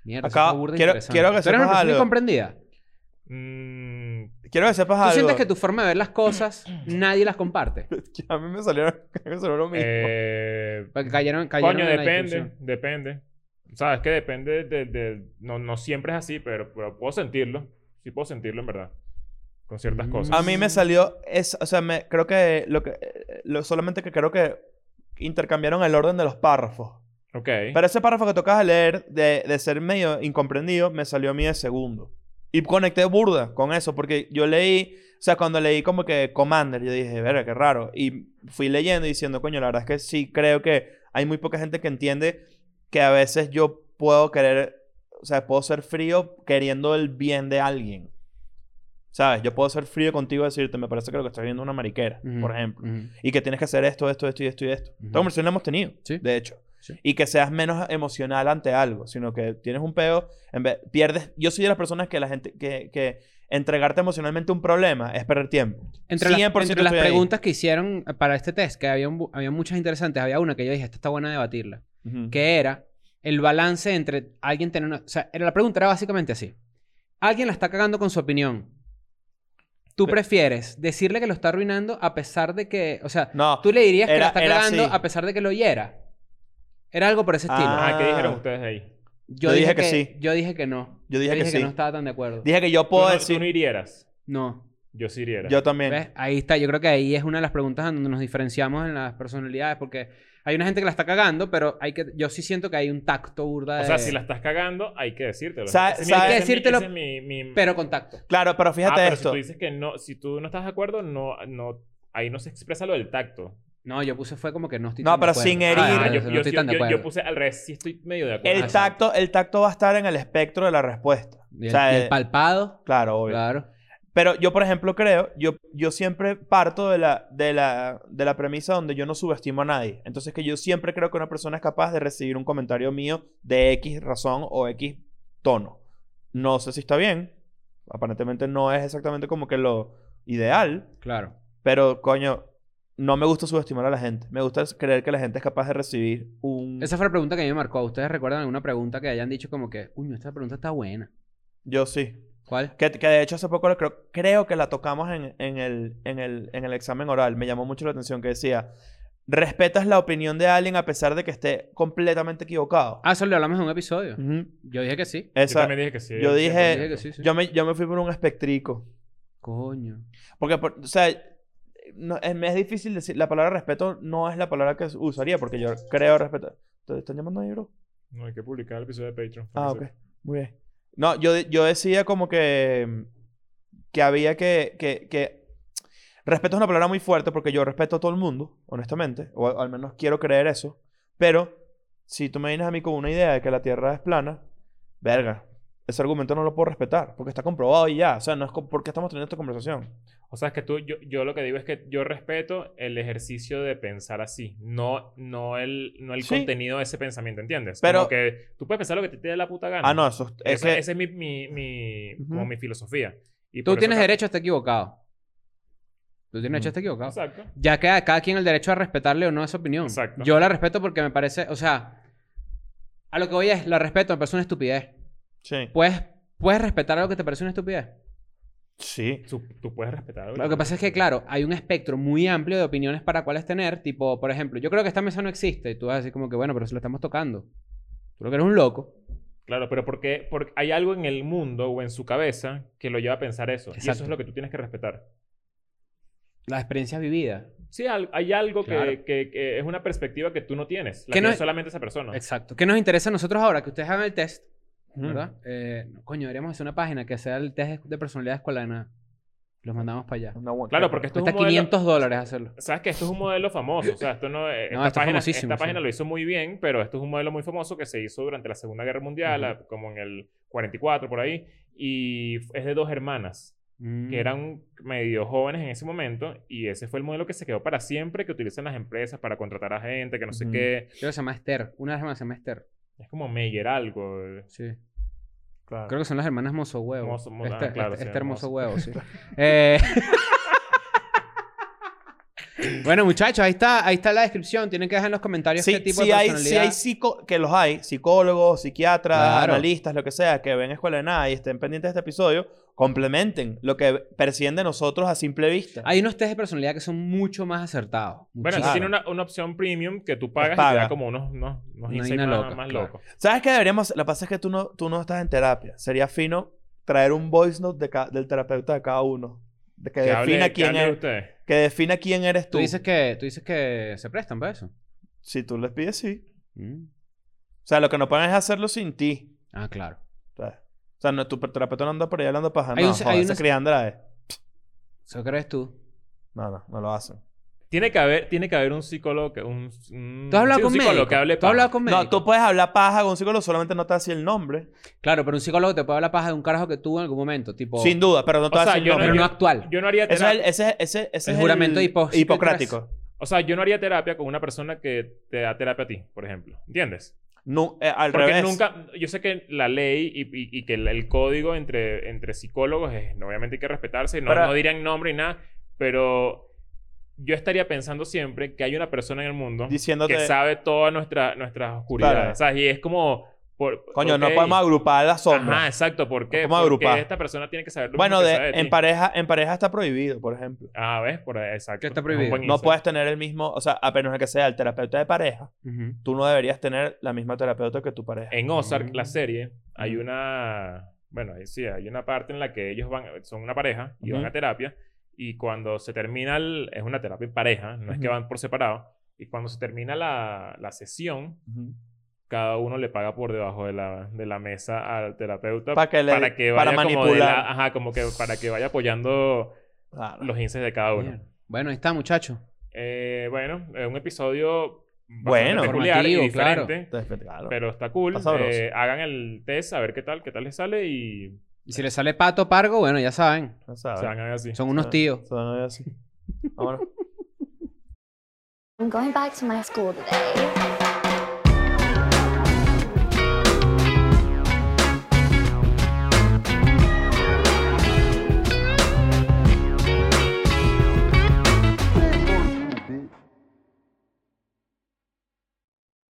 Speaker 4: Mierda,
Speaker 3: Acá-
Speaker 4: eso fue burda
Speaker 3: quiero-
Speaker 4: interesante.
Speaker 3: quiero que
Speaker 4: ¿Tú eres una
Speaker 3: sepas
Speaker 4: persona
Speaker 3: algo.
Speaker 4: incomprendida?
Speaker 2: Mm,
Speaker 3: Quiero que sepas
Speaker 4: ¿Tú
Speaker 3: algo.
Speaker 4: sientes que tu forma de ver las cosas nadie las comparte?
Speaker 3: que a mí me salieron, me salió lo mismo.
Speaker 2: eh,
Speaker 4: Porque cayeron, cayeron
Speaker 2: Coño,
Speaker 4: en la
Speaker 2: depende,
Speaker 4: distorsión.
Speaker 2: depende. Sabes que depende de... de- no, no siempre es así, pero, pero puedo sentirlo. Sí puedo sentirlo, en verdad. Con ciertas
Speaker 4: Mm.
Speaker 2: cosas.
Speaker 3: a mí me salió. Es, o sea, me, creo que. Lo que eh, lo, solamente que creo que intercambiaron el orden de los párrafos.
Speaker 2: Ok.
Speaker 3: Pero ese párrafo que tocas de leer, de, de ser medio incomprendido, me salió a mí de segundo. Y conecté burda con eso, porque yo leí, o sea, cuando leí como que Commander, yo dije, verga, qué raro. Y fui leyendo y diciendo, coño, la verdad es que sí creo que hay muy poca gente que entiende que a veces yo puedo querer, o sea, puedo ser frío queriendo el bien de alguien. ¿Sabes? Yo puedo ser frío contigo y decirte, me parece que lo que estás viendo es una mariquera,
Speaker 4: Ujú,
Speaker 3: por ejemplo
Speaker 4: ujú.
Speaker 3: y que tienes que hacer esto, esto, esto y esto y esto.
Speaker 4: Ujú.
Speaker 3: Esta conversación la hemos tenido,
Speaker 4: Sí.
Speaker 3: de hecho.
Speaker 4: Sí.
Speaker 3: Y que seas menos emocional ante algo, sino que tienes un peo, en vez, pierdes... Yo soy de las personas que la gente... Que, que entregarte emocionalmente un problema es perder tiempo.
Speaker 4: Entre, las,
Speaker 3: 100%
Speaker 4: entre las
Speaker 3: estoy ahí.
Speaker 4: preguntas que hicieron para este test, que había, un bu- había muchas interesantes, había una que yo dije, esta está buena debatirla,
Speaker 3: Ujú.
Speaker 4: que era el balance entre alguien tener una... O sea, era- la pregunta era básicamente así. Alguien la está cagando con su opinión. ¿Tú
Speaker 3: Pe-
Speaker 4: prefieres decirle que lo está arruinando a pesar de que... O sea,
Speaker 3: No.
Speaker 4: tú le dirías que
Speaker 3: era-
Speaker 4: la está
Speaker 3: era
Speaker 4: cagando
Speaker 3: así.
Speaker 4: a pesar de que lo oyera. Era algo por ese estilo.
Speaker 2: Ajá, ¿qué dijeron
Speaker 3: Ah.
Speaker 2: ustedes ahí?
Speaker 4: yo, dije, que, sí. Yo dije que no.
Speaker 3: Yo dije que sí.
Speaker 4: no estaba tan de acuerdo.
Speaker 3: Dije que yo
Speaker 2: Tú no,
Speaker 3: puedo
Speaker 2: tú no
Speaker 3: decir...
Speaker 2: hirieras.
Speaker 4: No.
Speaker 2: Yo sí hiriera.
Speaker 3: yo también.
Speaker 4: ¿Ves? Ahí está, yo creo que ahí es una de las preguntas en donde nos diferenciamos en las personalidades, porque hay una gente que la está cagando, pero hay que, yo sí siento que hay un tacto burda de...
Speaker 2: O sea, si la estás cagando, hay que decírtelo.
Speaker 3: Sa-
Speaker 2: Ese es
Speaker 3: sabe-
Speaker 2: mi-
Speaker 4: Eh. Hay que
Speaker 2: ese es mi-
Speaker 4: decírtelo,
Speaker 2: ese es mi- mi-
Speaker 4: Pero con tacto.
Speaker 3: Claro, pero
Speaker 2: Ah,
Speaker 3: fíjate
Speaker 2: pero si
Speaker 3: esto.
Speaker 2: tú dices que no... Si tú no estás de acuerdo, no... no ahí no se expresa lo del tacto.
Speaker 4: No, yo puse fue como que no estoy
Speaker 3: No,
Speaker 4: tan de
Speaker 3: pero
Speaker 4: acuerdo.
Speaker 3: sin
Speaker 4: Ah,
Speaker 3: herir.
Speaker 4: ah,
Speaker 2: yo,
Speaker 4: yo, no
Speaker 2: yo-
Speaker 4: estoy
Speaker 2: yo-
Speaker 4: tan de
Speaker 2: yo- yo
Speaker 4: acuerdo.
Speaker 2: puse al revés. Sí estoy medio de acuerdo.
Speaker 3: El,
Speaker 2: Ajá.
Speaker 3: tacto, el tacto va a estar en el espectro de la respuesta.
Speaker 4: Y el,
Speaker 3: o sea,
Speaker 4: y el
Speaker 3: eh,
Speaker 4: palpado,
Speaker 3: Claro, obvio.
Speaker 4: claro.
Speaker 3: Pero yo, por ejemplo, creo, yo, yo siempre parto de la, de, la, de la premisa donde yo no subestimo a nadie. Entonces, que yo siempre creo que una persona es capaz de recibir un comentario mío de X razón o X tono. No sé si está bien. Aparentemente no es exactamente como que lo ideal.
Speaker 4: Claro.
Speaker 3: Pero, coño, no me gusta subestimar a la gente. Me gusta creer que la gente es capaz de recibir
Speaker 2: Mm.
Speaker 3: un...
Speaker 4: Esa fue la pregunta que a mí me marcó. ¿Ustedes recuerdan alguna pregunta que hayan dicho como que, uy, esta pregunta está buena?
Speaker 3: Yo sí.
Speaker 4: ¿Cuál?
Speaker 3: Que, que de hecho hace poco la creo, creo que la tocamos en, en el, en, el, en el examen oral. Me llamó mucho la atención que decía, respetas la opinión de alguien a pesar de que esté completamente equivocado.
Speaker 4: Ah, eso lo hablamos en un episodio.
Speaker 3: Ujú.
Speaker 4: Yo dije que sí.
Speaker 2: Yo
Speaker 3: Esa- yo,
Speaker 2: también dije que sí.
Speaker 3: yo dije- Eh,
Speaker 4: Yo dije que sí, sí.
Speaker 3: me, yo me fui por un espectrico.
Speaker 4: Coño.
Speaker 3: Porque, por- o sea, no, es, me es difícil decir, la palabra respeto no es la palabra que usaría porque yo creo respetar. ¿Te están llamando ahí, bro?
Speaker 2: No, hay que publicar el episodio de Patreon.
Speaker 3: Ah,
Speaker 2: Porque
Speaker 3: ok. Muy bien. No, yo, de- yo decía como que. mm, que había que, que, que. Respeto es una palabra muy fuerte porque yo respeto a todo el mundo, honestamente. O al al menos quiero creer eso. Pero, si tú me vienes a mí con una idea de que la Tierra es plana, verga. ese argumento no lo puedo respetar porque está comprobado y ya. O sea, no es co- por qué estamos teniendo esta conversación.
Speaker 2: O sea, es que tú, yo, yo lo que digo es que yo respeto el ejercicio de pensar así, no, no el, no el
Speaker 3: Sí.
Speaker 2: contenido de ese pensamiento, ¿entiendes?
Speaker 3: Pero-
Speaker 2: Como que tú puedes pensar lo que te dé la puta gana.
Speaker 3: Ah, no, eso,
Speaker 2: Esa,
Speaker 3: ese-
Speaker 2: esa es mi, mi, mi-
Speaker 3: Ujú.
Speaker 2: como mi filosofía. Y
Speaker 4: Tú
Speaker 2: por eso
Speaker 4: tienes
Speaker 2: ca-
Speaker 4: derecho a estar equivocado. Tú tienes derecho a estar equivocado.
Speaker 2: Exacto.
Speaker 4: Ya queda a cada quien el derecho a respetarle o no esa opinión.
Speaker 2: Exacto.
Speaker 4: Yo la respeto porque me parece, o sea, a lo que voy es, la respeto, me parece una estupidez.
Speaker 3: sí.
Speaker 4: Puedes, puedes respetar algo que te parece una estupidez.
Speaker 3: Sí.
Speaker 2: Tú, tú puedes respetar.
Speaker 4: Lo que pasa es que, claro, hay un espectro muy amplio de opiniones para cuáles tener. Tipo, por ejemplo, yo creo que esta mesa no existe. Y tú vas a decir como que, bueno, pero si lo estamos tocando. Tú lo que eres un loco.
Speaker 2: Claro, pero porque, porque hay algo en el mundo o en su cabeza que lo lleva a pensar eso. Y eso
Speaker 4: Exacto.
Speaker 2: es lo que tú tienes que respetar.
Speaker 4: Las experiencias vividas.
Speaker 2: Sí, al- hay algo que-
Speaker 4: Claro.
Speaker 2: que, que es una perspectiva que tú no tienes. La
Speaker 4: Que
Speaker 2: que
Speaker 4: no
Speaker 2: no
Speaker 4: es-
Speaker 2: solamente esa persona.
Speaker 4: Exacto. ¿Qué nos interesa a nosotros ahora? Que ustedes hagan el test,
Speaker 3: Ujú.
Speaker 4: ¿verdad? Eh, no, coño, deberíamos hacer una página que sea el test de personalidad escuela de nada. Los mandamos para allá.
Speaker 3: Una buena-
Speaker 2: Claro, porque esto es
Speaker 4: Cuesta
Speaker 2: un modelo...
Speaker 4: 500 dólares hacerlo.
Speaker 2: Sabes que esto es un modelo famoso. O sea, esto no, eh,
Speaker 4: No,
Speaker 2: esta
Speaker 4: esto es
Speaker 2: página,
Speaker 4: famosísimo,
Speaker 2: esta página
Speaker 4: sí.
Speaker 2: lo hizo muy bien, pero esto es un modelo muy famoso que se hizo durante la Segunda Guerra Mundial,
Speaker 4: Ujú.
Speaker 2: a- como en el 44 por ahí, y f- es de dos hermanas
Speaker 4: Mm.
Speaker 2: que eran medio jóvenes en ese momento y ese fue el modelo que se quedó para siempre que utilizan las empresas para contratar a gente, que no sé
Speaker 3: Ujú.
Speaker 2: qué.
Speaker 4: Creo que se llama Esther. Una de las hermanas se llama Esther.
Speaker 2: Es como Meyer algo. eh.
Speaker 4: Sí.
Speaker 3: Claro.
Speaker 4: Creo que son las hermanas Mozo Huevo.
Speaker 2: Mozo- Mo- ah,
Speaker 4: Esther,
Speaker 2: claro,
Speaker 4: Esther-
Speaker 2: sí,
Speaker 4: Esther Mozo
Speaker 2: Mozo.
Speaker 4: Huevo, sí. Eh, bueno, muchachos, ahí está, ahí está la descripción. Tienen que dejar en los comentarios
Speaker 3: Sí,
Speaker 4: qué este tipo
Speaker 3: sí
Speaker 4: de
Speaker 3: hay, sí
Speaker 4: personalidad.
Speaker 3: hay psico- que los hay, psicólogos, psiquiatras,
Speaker 4: Claro.
Speaker 3: analistas, lo que sea, que ven Escuela de Nada y estén pendientes de este episodio, complementen lo que perciben de nosotros a simple vista.
Speaker 4: Hay unos test de personalidad que son mucho más acertados.
Speaker 2: Bueno,
Speaker 4: muchísimo.
Speaker 2: eso tiene una, una opción premium que tú pagas y te
Speaker 3: paga.
Speaker 2: da como unos, unos, unos
Speaker 4: Una
Speaker 2: insights
Speaker 4: vaina
Speaker 2: más,
Speaker 4: loca,
Speaker 2: más
Speaker 4: claro.
Speaker 2: locos.
Speaker 3: ¿Sabes qué deberíamos? La pasa es que tú no, tú no estás en terapia. Sería fino traer un voice note de ca- del terapeuta de cada uno. De que,
Speaker 2: Que hable-
Speaker 3: defina
Speaker 2: que
Speaker 3: quién
Speaker 2: hable de
Speaker 3: eres,
Speaker 2: ustedes.
Speaker 3: que defina quién eres tú.
Speaker 4: Tú dices que, tú dices que se prestan para eso.
Speaker 3: Si tú les pides, sí.
Speaker 4: Mm.
Speaker 3: O sea, lo que no pueden es hacerlo sin ti.
Speaker 4: Ah, claro.
Speaker 3: ¿sabes? O sea, no, tu terapeuta no anda por ahí hablando paja.
Speaker 4: Hay
Speaker 3: No,
Speaker 4: un-
Speaker 3: joder,
Speaker 4: hay
Speaker 3: esa
Speaker 4: un-
Speaker 3: criandra es.
Speaker 4: Eso crees tú.
Speaker 3: No, no, no lo hacen.
Speaker 2: Tiene que haber, tiene que haber un psicólogo que un, un-
Speaker 4: ¿Tú has hablado
Speaker 2: sí, un
Speaker 4: con
Speaker 2: psicólogo
Speaker 4: médicos?
Speaker 2: que hable
Speaker 4: ¿Tú has hablado
Speaker 2: paja.
Speaker 4: con
Speaker 3: No,
Speaker 4: médicos?
Speaker 3: tú puedes hablar paja con un psicólogo, solamente no te hace el nombre.
Speaker 4: Claro, pero un psicólogo te puede hablar paja de un carajo que tuvo en algún momento. Tipo,
Speaker 3: Sin duda, pero no te
Speaker 2: O
Speaker 3: hace
Speaker 2: sea,
Speaker 3: el
Speaker 2: yo no-
Speaker 3: nombre.
Speaker 4: pero no actual.
Speaker 2: Yo no haría
Speaker 3: Eso es el,
Speaker 2: terapia.
Speaker 3: ese, ese, ese es el
Speaker 4: juramento hipo-
Speaker 3: hipocrático.
Speaker 2: O sea, yo no haría terapia con una persona que te da terapia a ti, por ejemplo. ¿Entiendes?
Speaker 3: Nu- eh, al
Speaker 2: Porque
Speaker 3: revés.
Speaker 2: nunca. Yo sé que la ley y, y- y que el, el código entre, entre psicólogos es. Obviamente hay que respetarse. No,
Speaker 3: Para-
Speaker 2: no dirían nombre y nada. Pero yo estaría pensando siempre que hay una persona en el mundo
Speaker 3: Diciéndote-
Speaker 2: que sabe todas nuestra, nuestras oscuridades. ¿sabes? Y es como. por-
Speaker 3: Coño, no
Speaker 2: ok.
Speaker 3: podemos agrupar las sombras.
Speaker 2: Ajá, exacto. ¿Por qué?
Speaker 3: No podemos
Speaker 2: Porque
Speaker 3: agrupar.
Speaker 2: esta persona tiene que saber lo
Speaker 3: Bueno,
Speaker 2: mismo que
Speaker 3: de-
Speaker 2: sabe de
Speaker 3: en,
Speaker 2: ti.
Speaker 3: pareja, en pareja está prohibido, por ejemplo.
Speaker 2: Ah, ¿ves? Por ahí, exacto.
Speaker 4: Que está
Speaker 2: Es un
Speaker 4: prohibido.
Speaker 2: buen
Speaker 3: No
Speaker 2: insight.
Speaker 3: puedes tener el mismo, o sea, apenas que sea el terapeuta de pareja,
Speaker 4: Ujú.
Speaker 3: tú no deberías tener la misma terapeuta que tu pareja.
Speaker 2: En Ozark, la
Speaker 4: Mm.
Speaker 2: serie, hay
Speaker 3: Ujú.
Speaker 2: una. Bueno, ahí sí, hay una parte en la que ellos van, son una pareja y van
Speaker 3: Ujú.
Speaker 2: a terapia. Y cuando se termina, el- es una terapia en pareja, no es que
Speaker 3: Ujú.
Speaker 2: van por separado. Y cuando se termina la, la sesión,
Speaker 3: Ujú.
Speaker 2: cada uno le paga por debajo de la, de la mesa al terapeuta
Speaker 3: Pa' que le- para
Speaker 2: Como de la-
Speaker 3: manipular.
Speaker 2: ajá, como que para que vaya apoyando
Speaker 3: Claro.
Speaker 2: los insights de cada uno.
Speaker 4: Bien. Bueno, ahí está, muchachos.
Speaker 2: Eh, bueno, es un episodio bastante
Speaker 3: Bueno.
Speaker 2: peculiar y
Speaker 4: Formativo, claro.
Speaker 2: diferente.
Speaker 3: Entonces, claro.
Speaker 2: Pero está cool.
Speaker 3: Está sabroso.
Speaker 2: Eh, hagan el test a ver qué tal, qué tal les sale y
Speaker 4: Y si le sale pato pargo, bueno, ya saben.
Speaker 3: Ya sabes.
Speaker 2: se hagan así.
Speaker 4: Son unos tíos.
Speaker 3: Son así. Vámonos.
Speaker 1: I'm going back to my school today.